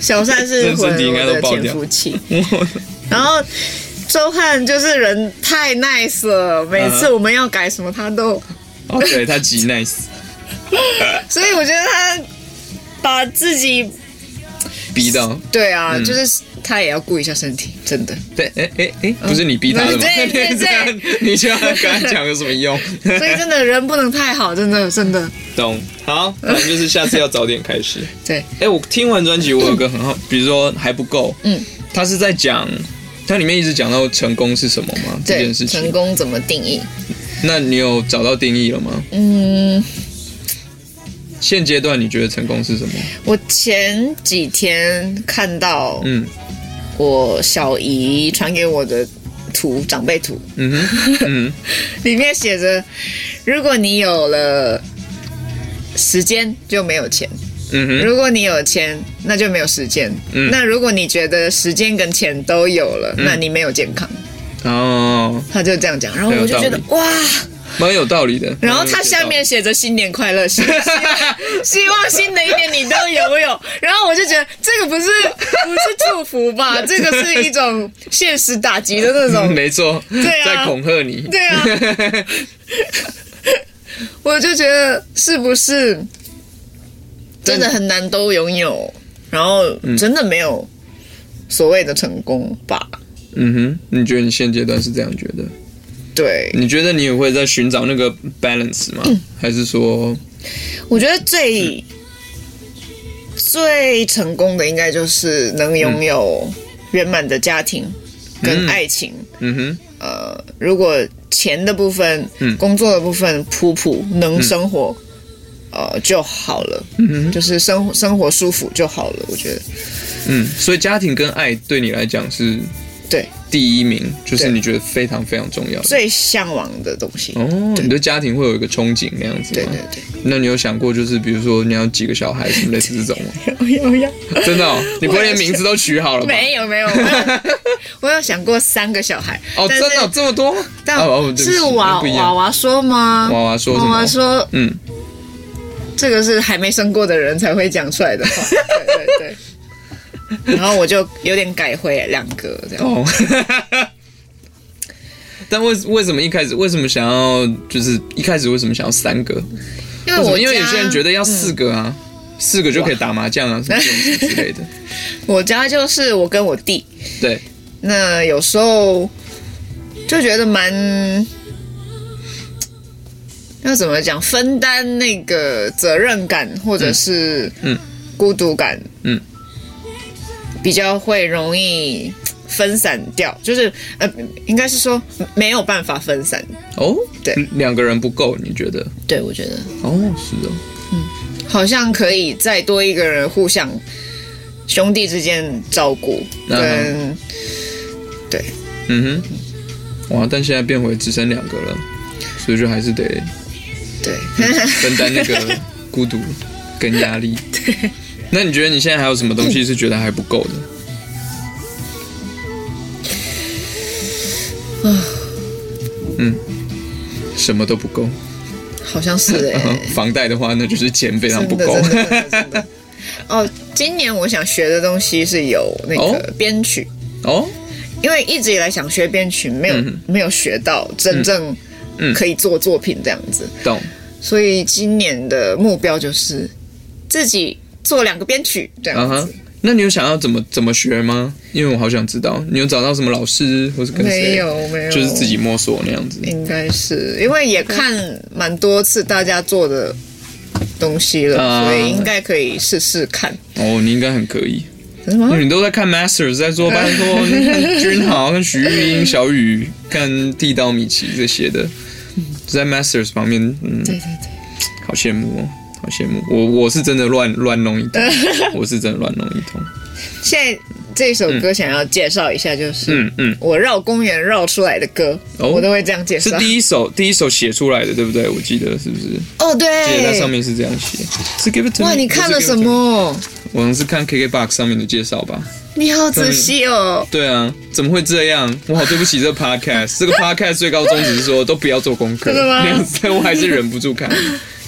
小善是魂我的潜伏期，然后周汉就是人太 nice 了，每嗯次我们要改什么他都，哦，对他极 nice，所以我觉得他把自己逼到对啊，嗯就是他也要顾一下身体，*laughs* 真的。对，哎哎哎，不是你逼他的吗？对对对 *laughs* 这样你这样跟他讲有什么用？所以真的人不能太好，真的真的 *laughs* 懂。好，反正就是下次要早点开始。 *laughs* 对，哎、我听完专辑，我有个很好，比如说还不够，嗯，他是在讲，它里面一直讲到成功是什么吗？这对件事成情，功怎么定义？那你有找到定义了吗？嗯，现阶段你觉得成功是什么？我前几天看到嗯我小姨传给我的图，长辈图，嗯 *laughs* 哼嗯里面写着：如果你有了时间，就没有钱；嗯哼如果你有钱，那就没有时间。嗯那如果你觉得时间跟钱都有了，那你没有健康。，哦，他就这样讲，然后很有我就觉道得理哇！蛮有道理的。然后蛮有他下面写着“新年快乐”，希望希望 *laughs* 新的一年你都拥有。然后我就觉得这个不是不是祝福吧，这个是一种现实打击的那道理种嗯没错，对啊在恐吓你。对啊，我就觉得是不是真的很难都拥有，然后真的没有所谓的成功吧？ *laughs* 嗯哼，你觉得你现阶段是这样觉得？对，你觉得你也会在寻找那个 balance 吗？嗯还是说，我觉得嗯最、最成功的应该就是能拥有圆满的家庭跟爱情。嗯哼，呃，如果钱的部分、嗯工作的部分普普能生活，呃就好了。嗯哼，就是生活生活舒服就好了，我觉得。嗯，所以家庭跟爱对你来讲是对，第一名，就是对你觉得非常非常重要的。最向往的东西。哦，你对家庭会有一个憧憬那样子对吗？对对，那你有想过，就是比如说你要几个小孩，什么类似这种 *laughs* 吗？ *laughs* 有有有，真的、哦，你不会连我有名字都取好了吧？没有没有，我有 *laughs* 我有想过三个小孩，哦，但真是的哦、这么多？但哦哦对不起是娃不一娃样。娃说吗？娃娃说什娃么娃说嗯，这个是还没生过的人才会讲出来 *laughs* 的话，对对对。然后我就有点改回两个这样，哦。 *laughs* 但为为什么一开始为什么想要就是一开始为什么想要三个？因为我因为有家嗯些人觉得要四个啊，四个就可以打麻将啊，什么这种之类的。我家就是我跟我弟，对，那有时候就觉得蛮要怎么讲，分担那个责任感或者是嗯孤独感，嗯，比较会容易分散掉，就是呃，应该是说没有办法分散。哦，对，两个人不够，你觉得？对，我觉得哦，是哦，好像可以再多一个人互相兄弟之间照顾，嗯跟嗯哼，哇，但现在变回只剩两个了，所以就还是得对。 *laughs* 分担那个孤独跟压力。那你觉得你现在还有什么东西是觉得还不够的？嗯什么都不够。好像是哎、 *laughs* 房贷的话，那就是钱非常不真的够。真的真的真的。哦，今年我想学的东西是有那哦个编曲，哦，因为一直以来想学编曲，没有、嗯没有学到真正嗯可以做作品这样子，懂。所以今年的目标就是自己做两个编曲这啊样哈子。，那你有想要怎么怎么学吗？因为我好想知道，你有找到什么老师，或是跟谁？没，有没有，就是自己摸索那样子。应该是因为也看蛮多次大家做的东西了，啊所以应该可以试试看。哦，你应该很可以，真的吗因？为你都在看 Masters，在做，拜 *laughs* 托，你看君豪、跟徐玉英、小雨、看地道米奇这些的，在 Masters 旁边，嗯，对对对，好羡慕哦，好羡慕。我我是真的乱乱弄一 *laughs* 通，我是真的乱弄一通。现在这首歌想要介绍一下，就是嗯嗯，我绕公园绕出来的歌，哦我都会这样介是绍。第一首第一首写出来的，对不对？我记得是不是？哦，记得它上对，面是这样写，是 Give It To Me。哇，你看了什？么？我好像是看 KKBOX 上面的介绍吧。你好仔细哦。对啊，怎么会这样？我好对不起这个 podcast。这个 podcast 最高宗旨是说都不要做功课， *laughs* 真的吗那样子我还是忍不住看。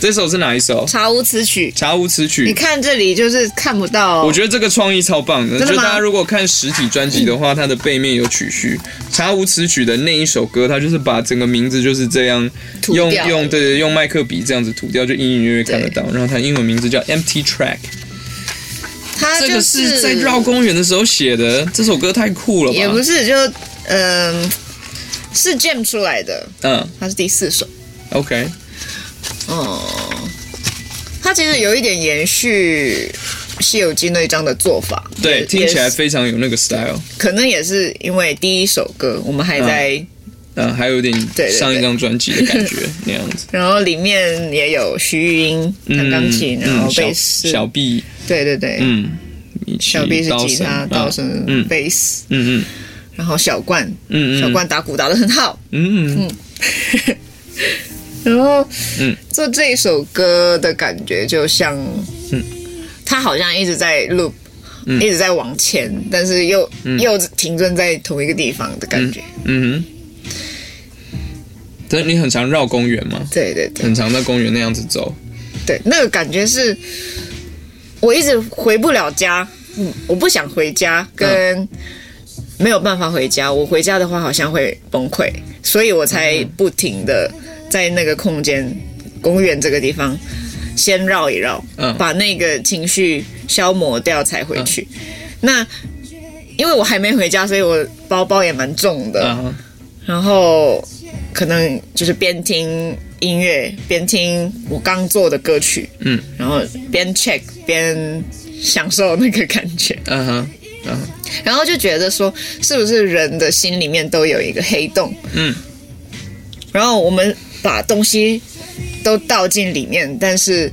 这首是哪一首？查无此曲，查无此曲你。看这里就是看不到、哦。我觉得这个创意超棒的，真就的吗大家如果看实体专辑的话，它的背面有曲序，《查无此曲》的那一首歌，它就是把整个名字就是这样涂用掉用对对用麦克笔这样子涂掉，就隐隐约约看得到。然后它英文名字叫 Empty Track，他这就个是在绕公园的时候写的，这首歌太酷了吧？也不是，就嗯、是 Jam 出来的，嗯它是第四首。 ，OK，哦，它其实有一点延续《西游记》那一章的做法，对，也听起来也是非常有那个 style。可能也是因为第一首歌我们还在，嗯，还有一点对对上一张专辑的感 *laughs* 觉那样子。然后里面也有徐玉英弹钢琴，嗯然后嗯贝斯，小小 B，对对对，嗯，米奇小 B 是吉他，刀道神声，嗯贝斯，嗯嗯然后小冠，嗯嗯，小冠打鼓打得很好，嗯，嗯嗯，然后，嗯嗯，做这一首歌的感觉就像，嗯嗯，它好像一直在 loop，、一直在往前，但是又、又停顿在同一个地方的感觉。嗯哼，但你很常绕公园吗？对对对很常在公园那样子走，对，那个感觉是，我一直回不了家，嗯，我不想回家，跟、没有办法回家。我回家的话好像会崩溃，所以我才不停的在那个空间、公园这个地方先绕一绕，嗯把那个情绪消磨掉才回去。那因为我还没回家，所以我包包也蛮重的，啊，然后可能就是边听音乐边听我刚做的歌曲，嗯，然后边 check 边享受那个感觉，嗯哼，然后就觉得说是不是人的心里面都有一个黑洞，嗯，然后我们把东西都倒进里面，但是。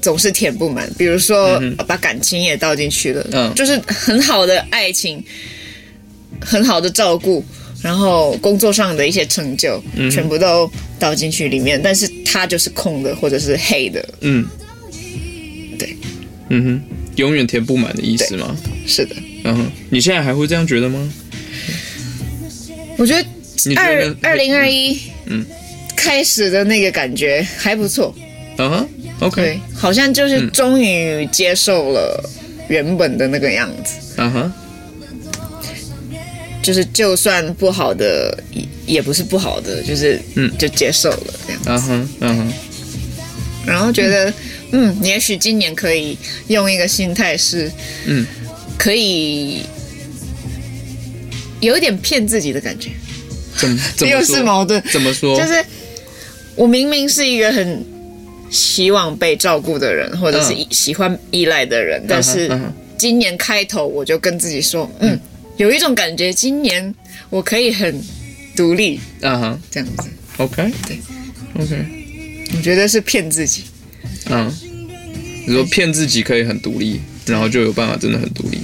总是填不满，比如说、把感情也倒进去了，嗯就是很好的爱情，很好的照顾，然后工作上的一些成就，嗯全部都倒进去里面，但是它就是空的或者是黑的，嗯，对，嗯哼，永远填不满的意思吗？是的，嗯哼，你现在还会这样觉得吗？我觉得你觉二得二零二一，嗯，开始的那个感觉还不错，嗯哼对，OK，，嗯好像就是终于接受了原本的那个样子，嗯哼，就是就算不好的也也不是不好的，就是嗯就接受了这样，嗯哼，嗯哼，然后觉得嗯，也许今年可以用一个心态是，嗯，可以有一点骗自己的感觉，怎么怎么又说是矛盾，怎么说？嗯就是我明明是一个很希望被照顾的人，或者是嗯喜欢依赖的人，但是嗯哼今年开头我就跟自己说，嗯，有一种感觉，今年我可以很独立，嗯哼这样子， ，OK，对，OK，我觉得是骗自己。嗯，你说骗自己可以很独立，然后就有办法真的很独立。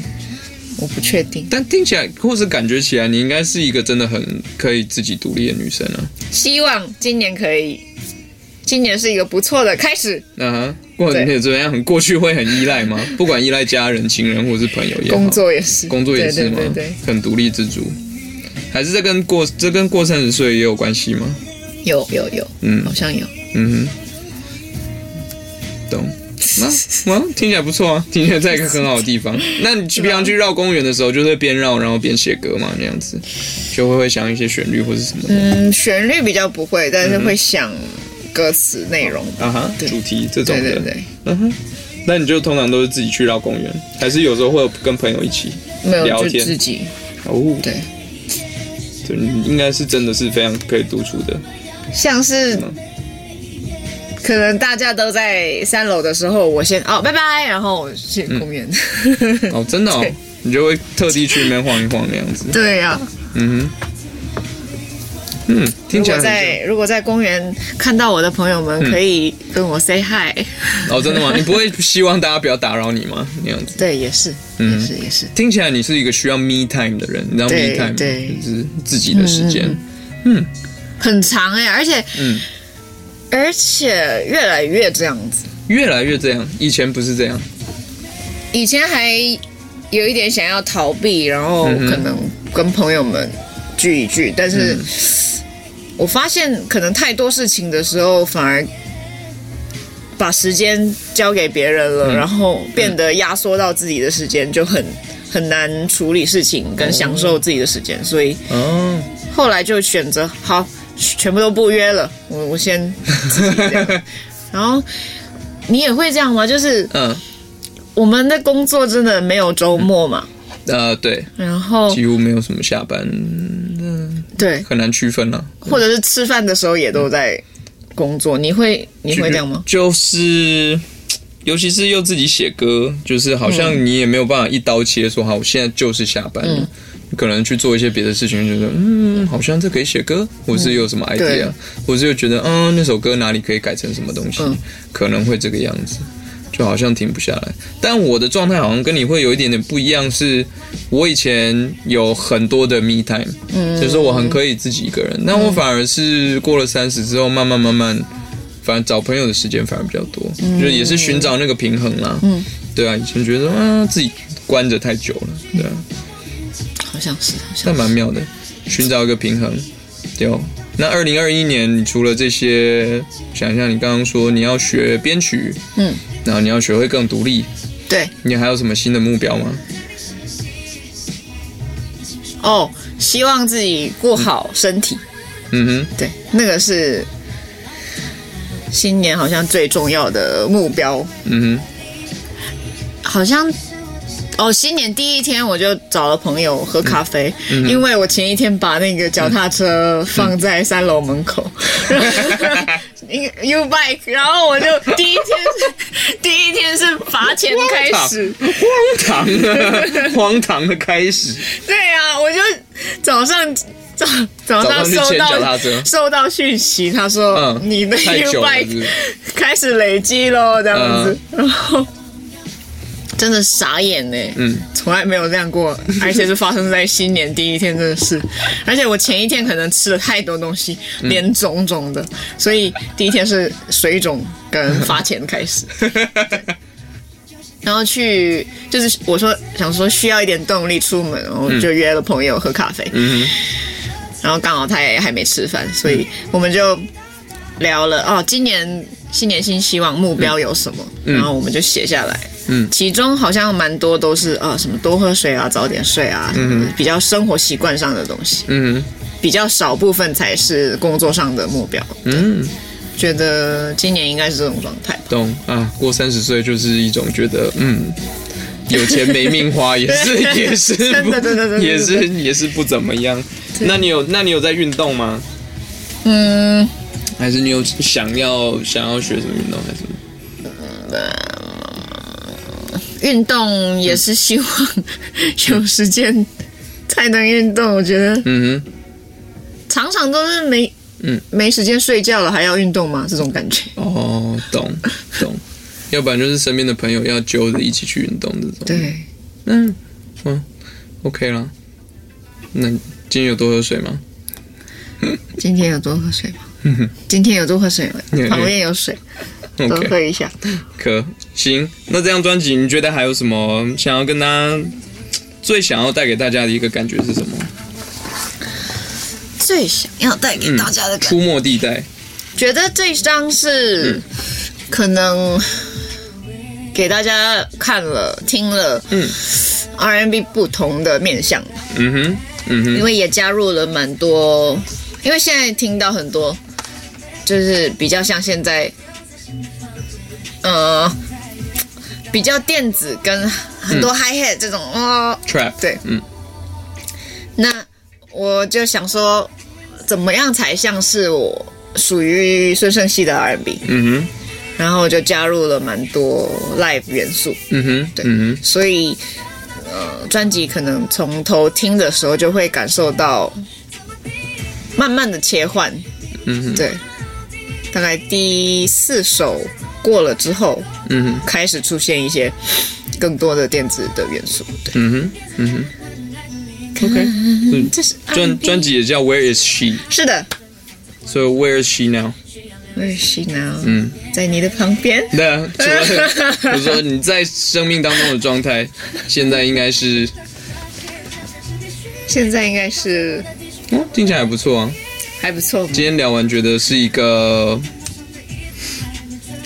我不确定，但听起来或是感觉起来，你应该是一个真的很可以自己独立的女生啊。希望今年可以，今年是一个不错的开始。嗯哼，过对你怎么样？过去会很依赖 *laughs* 吗？不管依赖家人、情人或是朋友也好，工作也是，工作也是吗？对对对对，很独立自主。还是这跟过这跟过三十岁也有关系吗？有有有，嗯好像有。嗯哼，懂。那、哇，听起来不错啊，听起来在一个很好的地 *laughs* 方。那你去平常去绕公园的时候，就会边绕然后边写歌嘛，那样子就会会想一些旋律或是什么的。嗯，旋律比较不会，但是会想歌词内容。啊哈，对主题这种对的。对对，嗯哼，那你就通常都是自己去到公园，还是有时候会有跟朋友一起没有聊就天？自己哦，对，对，你应该是真的是非常可以独处的。像是嗯可能大家都在三楼的时候，我先哦拜拜，然后我去公园。嗯哦，真的哦对，你就会特地去那边晃一晃那样子。对啊呀、嗯哼，嗯，听如起来很嗯果在如果在公园看到我的朋友们，可以跟我 say hi。像 *laughs* 哦，真的吗？你不会希望大家不要打扰你吗？那样子。对，也是，嗯也是，也是。听起来你是一个需要 me time 的人，你知道 me 对 time 吗对嗯就是自己的时间。很长哎、而且，嗯而且越来越这样子。越来越这样，以前不是这样。以前还有一点想要逃避，然后嗯哼嗯可能跟朋友们聚一聚，但是、我发现可能太多事情的时候，反而把时间交给别人嗯了，然后变得压缩到自己的时间，就很很难处理事情跟享受自己的时间，所以哦，后来就选择好，全部都不约了，我我先自己这样然后你也会这样吗？就是 *laughs* 嗯，我们的工作真的没有周末嘛，呃，对，然后几乎没有什么下班，嗯对，很难区分了、啊或者是吃饭的时候也都在工作，你会你会这样吗？就是，尤其是又自己写歌，就是好嗯像你也没有办法一刀切说好，我现在就是下班了。可能去做一些别的事情，就觉得嗯，好像这可以写歌，或是有什么 idea，、嗯对或是又觉得嗯，那首歌哪里可以改成什么东西，嗯可能会这个样子，就好像停不下来。但我的状态好像跟你会有一点点不一样，是我以前有很多的 me time，就是嗯说我很可以自己一个人，但我反而是过了三十之后，慢慢慢慢。反而找朋友的时间反而比较多，嗯就是也是寻找那个平衡啦。嗯，对啊，以前觉得啊自己关着太久了，对啊，好像是，好像但蛮妙的，寻找一个平衡。对哦，那二零二一年，你除了这些，想象你刚刚说你要学编曲，嗯，然后你要学会更独立，对你还有什么新的目标吗？哦。希望自己过好身体，嗯对，那个是新年好像最重要的目标。哼，嗯好像哦，新年第一天我就找了朋友喝咖啡，因为我前一天把那个脚踏车放在三楼门口， *laughs* 一个 U bike，然后我就第一天是 *laughs* 第一天是罚钱开始，哼，荒唐，荒唐的开 *laughs* 始。对啊，我就早上。早早上早上去收牵脚到踏车收到讯息，他说、嗯哦你的太 U 久了是 bike 不是 *laughs* 开始累积咯，这样子，然后真的傻眼呢、嗯，从来没有这样过， *laughs* 而且是发生在新年第一天，真的是。而且我前一天可能吃了太多东西，嗯脸肿肿的，所以第一天是水肿跟发钱 *laughs* 开始。然后去就是我说想说需要一点动力出门，然后就约了朋友喝咖啡，嗯然后刚好他也还没吃饭，所以我们就聊了哦，今年新年新希望目标有什么，然后我们就写下来。嗯其中好像蛮多都是啊、什么多喝水啊，早点睡啊，嗯，比较生活习惯上的东西，嗯比较少部分才是工作上的目标。嗯，觉得今年应该是这种状态吧。懂啊。过三十岁就是一种觉得嗯。有钱没命花也 *laughs* 是也是不真的真的真的也是也是不怎么样。那你有那你有在运动吗？嗯，还是你有想要想要学什么运动还是什么？运动也是希望 *laughs* 有时间才能运动。我觉得嗯哼，常常都是没嗯没时间睡觉了，还要运动吗？这种感觉。哦， *laughs* 懂懂，要不然就是身边的朋友要揪着一起去运动这种。，对，嗯嗯，OK 啦。那你今天有多喝水 *laughs* 吗？今天有多喝水吗？今天有多喝水吗有有？旁边有水，多嗯 OK 喝一下。可行，那这张专辑你觉得还有什 *laughs* 么想要跟大家最想要带给大家的一个感觉是什么？最想要带给大家的感觉。出没地带，觉得这张嗯是可能给大家看了、听了，嗯 R&B 不同的面向吧，嗯哼，嗯因哼，为也加入了蛮多，因为现在听到很多，就是比较像现在，呃，比较电子跟很嗯多 Hi Hat 这种哦， trap，对嗯那我就想说，怎么样才像是我属于孙盛熙的 R&B？嗯哼，然后就加入了蛮多 live 元素，嗯哼，对嗯哼，所以呃，专辑可能从头听的时候就会感受到慢慢的切换，嗯哼，对，大概第四首过了之后，嗯哼，开始出现一些更多的电子的元素，对，嗯哼，嗯哼，OK，嗯这是专专辑也叫 Where is she？是的，所以 Where is she now？我也是呢，嗯，在你的旁边，对啊，除了我说你在生命当中的状态，现在应该是，现在应该是哦，听起来还不错啊。还不错吧，今天聊完，觉得是一个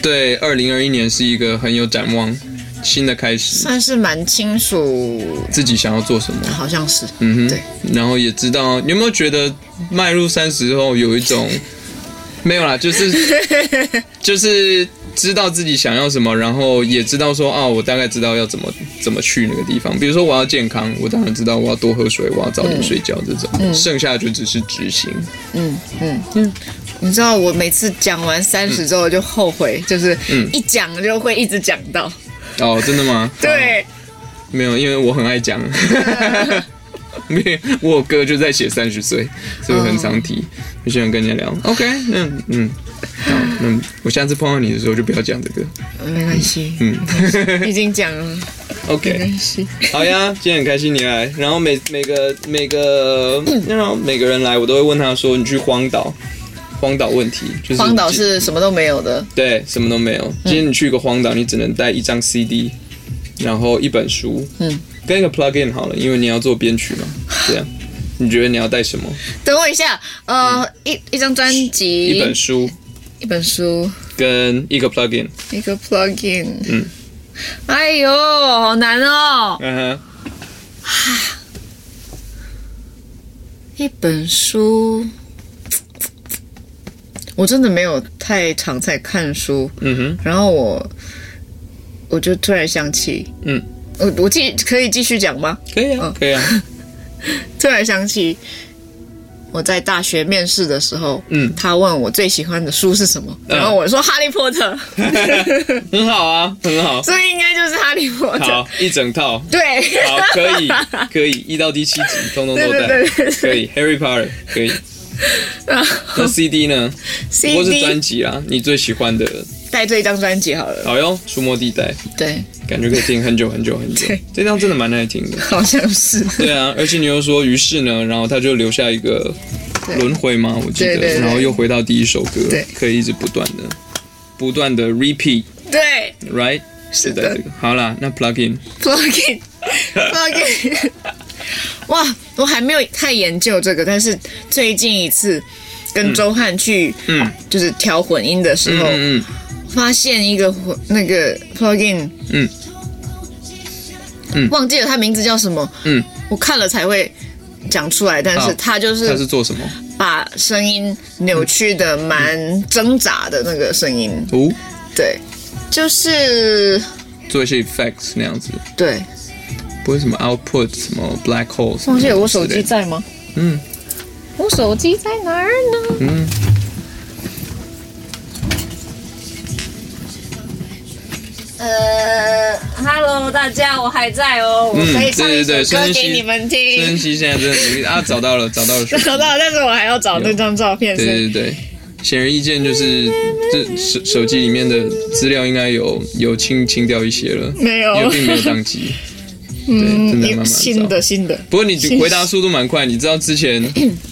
对二零二一年是一个很有展望、新的开始，算是蛮清楚，自己想要做什么。好像是，嗯哼，对。然后也知道，你有没有觉得迈入三十后有一种没有啦，就是就是知道自己想要什么，然后也知道说啊，我大概知道要怎么怎么去那个地方。比如说我要健康，我当然知道我要多喝水，我要早点睡觉这种。剩下的就只是执行。 *laughs* 你知道我每次讲完三十之后就后悔，就是一讲就会一直讲到。哦，真的吗？对，没有，因为我很爱讲。因为我有歌就在写三十岁，所以我很常提，就喜欢跟人家聊。OK，那嗯，好，那我下次碰到你的时候就不要讲这个。没关系，嗯 *laughs* 已经讲了，没，OK，关系。 *laughs* 好呀，今天很开心你来。然后每每个每个，然后每个人来，我都会问他说：“你去荒岛，荒岛问题就是荒岛是什么都没有的，对，什么都没有。今天你去一个荒岛，你只能带一张 CD，然后一本书，嗯，跟一个 plug in 好了，因为你要做编 *laughs* 曲嘛，对啊。你觉得你要带什么？等我一下，呃，一一张专辑，一本书一本书，跟一个 plug in，一个 plugin，嗯，哎呦，好难哦，嗯哼，一本书，我真的没有太常在看书，嗯哼，然后我我就突然想起，嗯，我我继可以继续讲吗？可以啊嗯，可以啊，突然想起我在大学面试的时候，嗯他问我最喜欢的书是什么，嗯然后我说《哈利波特》， *laughs* 很好啊，很 *laughs* 好，所以应该就是《哈利波特》好，一整套，对，好，可 *laughs* 以，可以，一到第七集通通都带，对对对对可以，Harry Potter 可以。然那后 CD 呢？不过是专 CD 辑啊，你最喜欢的，带这一张专辑好了，好哟，《出没地带》，对，感觉可以听很久很久很久对。这张真的蛮耐听的。好 *laughs* 像是，对啊，而且你又说，于是呢，然后他就留下一个对轮回嘛，我记得，对对对然后又回到第一首歌，对可以一直不断的、不断的 repeat，right？对是的这个好啦，那 plug in， *laughs* ，plugin plugin，哇，我还没有太研究这个，但是最近一次跟周汉去，嗯就是调混音的时候，嗯嗯发现一个混那个 plugin，嗯，嗯忘记了它名字叫什么，嗯，我看了才会讲出来，但好是它就他是是做什么？把声音扭曲的嗯蛮挣扎的那个声音，哦，对，就是做一些 effects 那样子，对，不会什么 output 什么 black hole 什么忘记了我之类手的机在吗？嗯，我手机在哪儿呢？ *laughs* 嗯。呃，Hello，大家，我还在哦，我嗯可以唱对对一对首孙燕歌给姿你们孙听燕。熙现在真的努力啊，找到了，找到了 *laughs* 手机，找到，但是我还要找那张照片对是对对，显而易见就是 *laughs* 这手手机里面的资料应该有有清清掉一些了，没有嗯因为并没有宕 *laughs* 机，对，真的慢慢新找的。新的，不过你回答速度蛮快，你知道之 *laughs* 前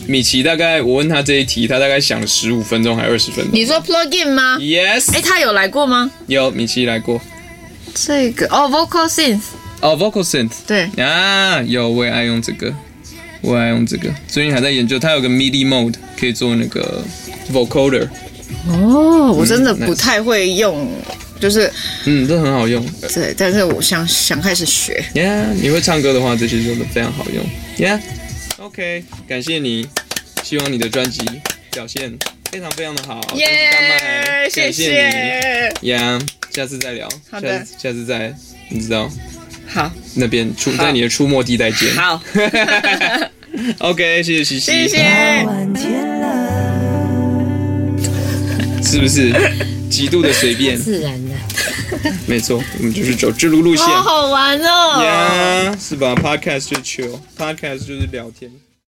米奇大概我问他这一题，他大概想十五分钟还二十分钟。你说 plugin 吗？ Yes，哎，他有来过吗？有米奇来过这个哦，vocal synth，哦，vocal synth 对，啊，有我也爱用这个，我爱用这个。最近还在研究，它有个 MIDI mode 可以做那个 vocoder，哦，我真的嗯不太会用，就是嗯，这很好用。对，但是我想想开始学。 Yeah，你会唱歌的话，这些真的非常好用。Yeah，OK，、感谢你，希望你的专辑表现非常非常的好，恭喜大卖，谢感谢谢。你。Yeah，下次再聊，下好的次下次再，你知道好，那边出在你的出没地带见。 *laughs* 好， OK，谢谢西西，谢谢。哦是不是极度的随便？自然的，没错，我们就是走之路路线。哦好好玩哦。呀，是吧？Podcast 就 chill，Podcast 就是聊天。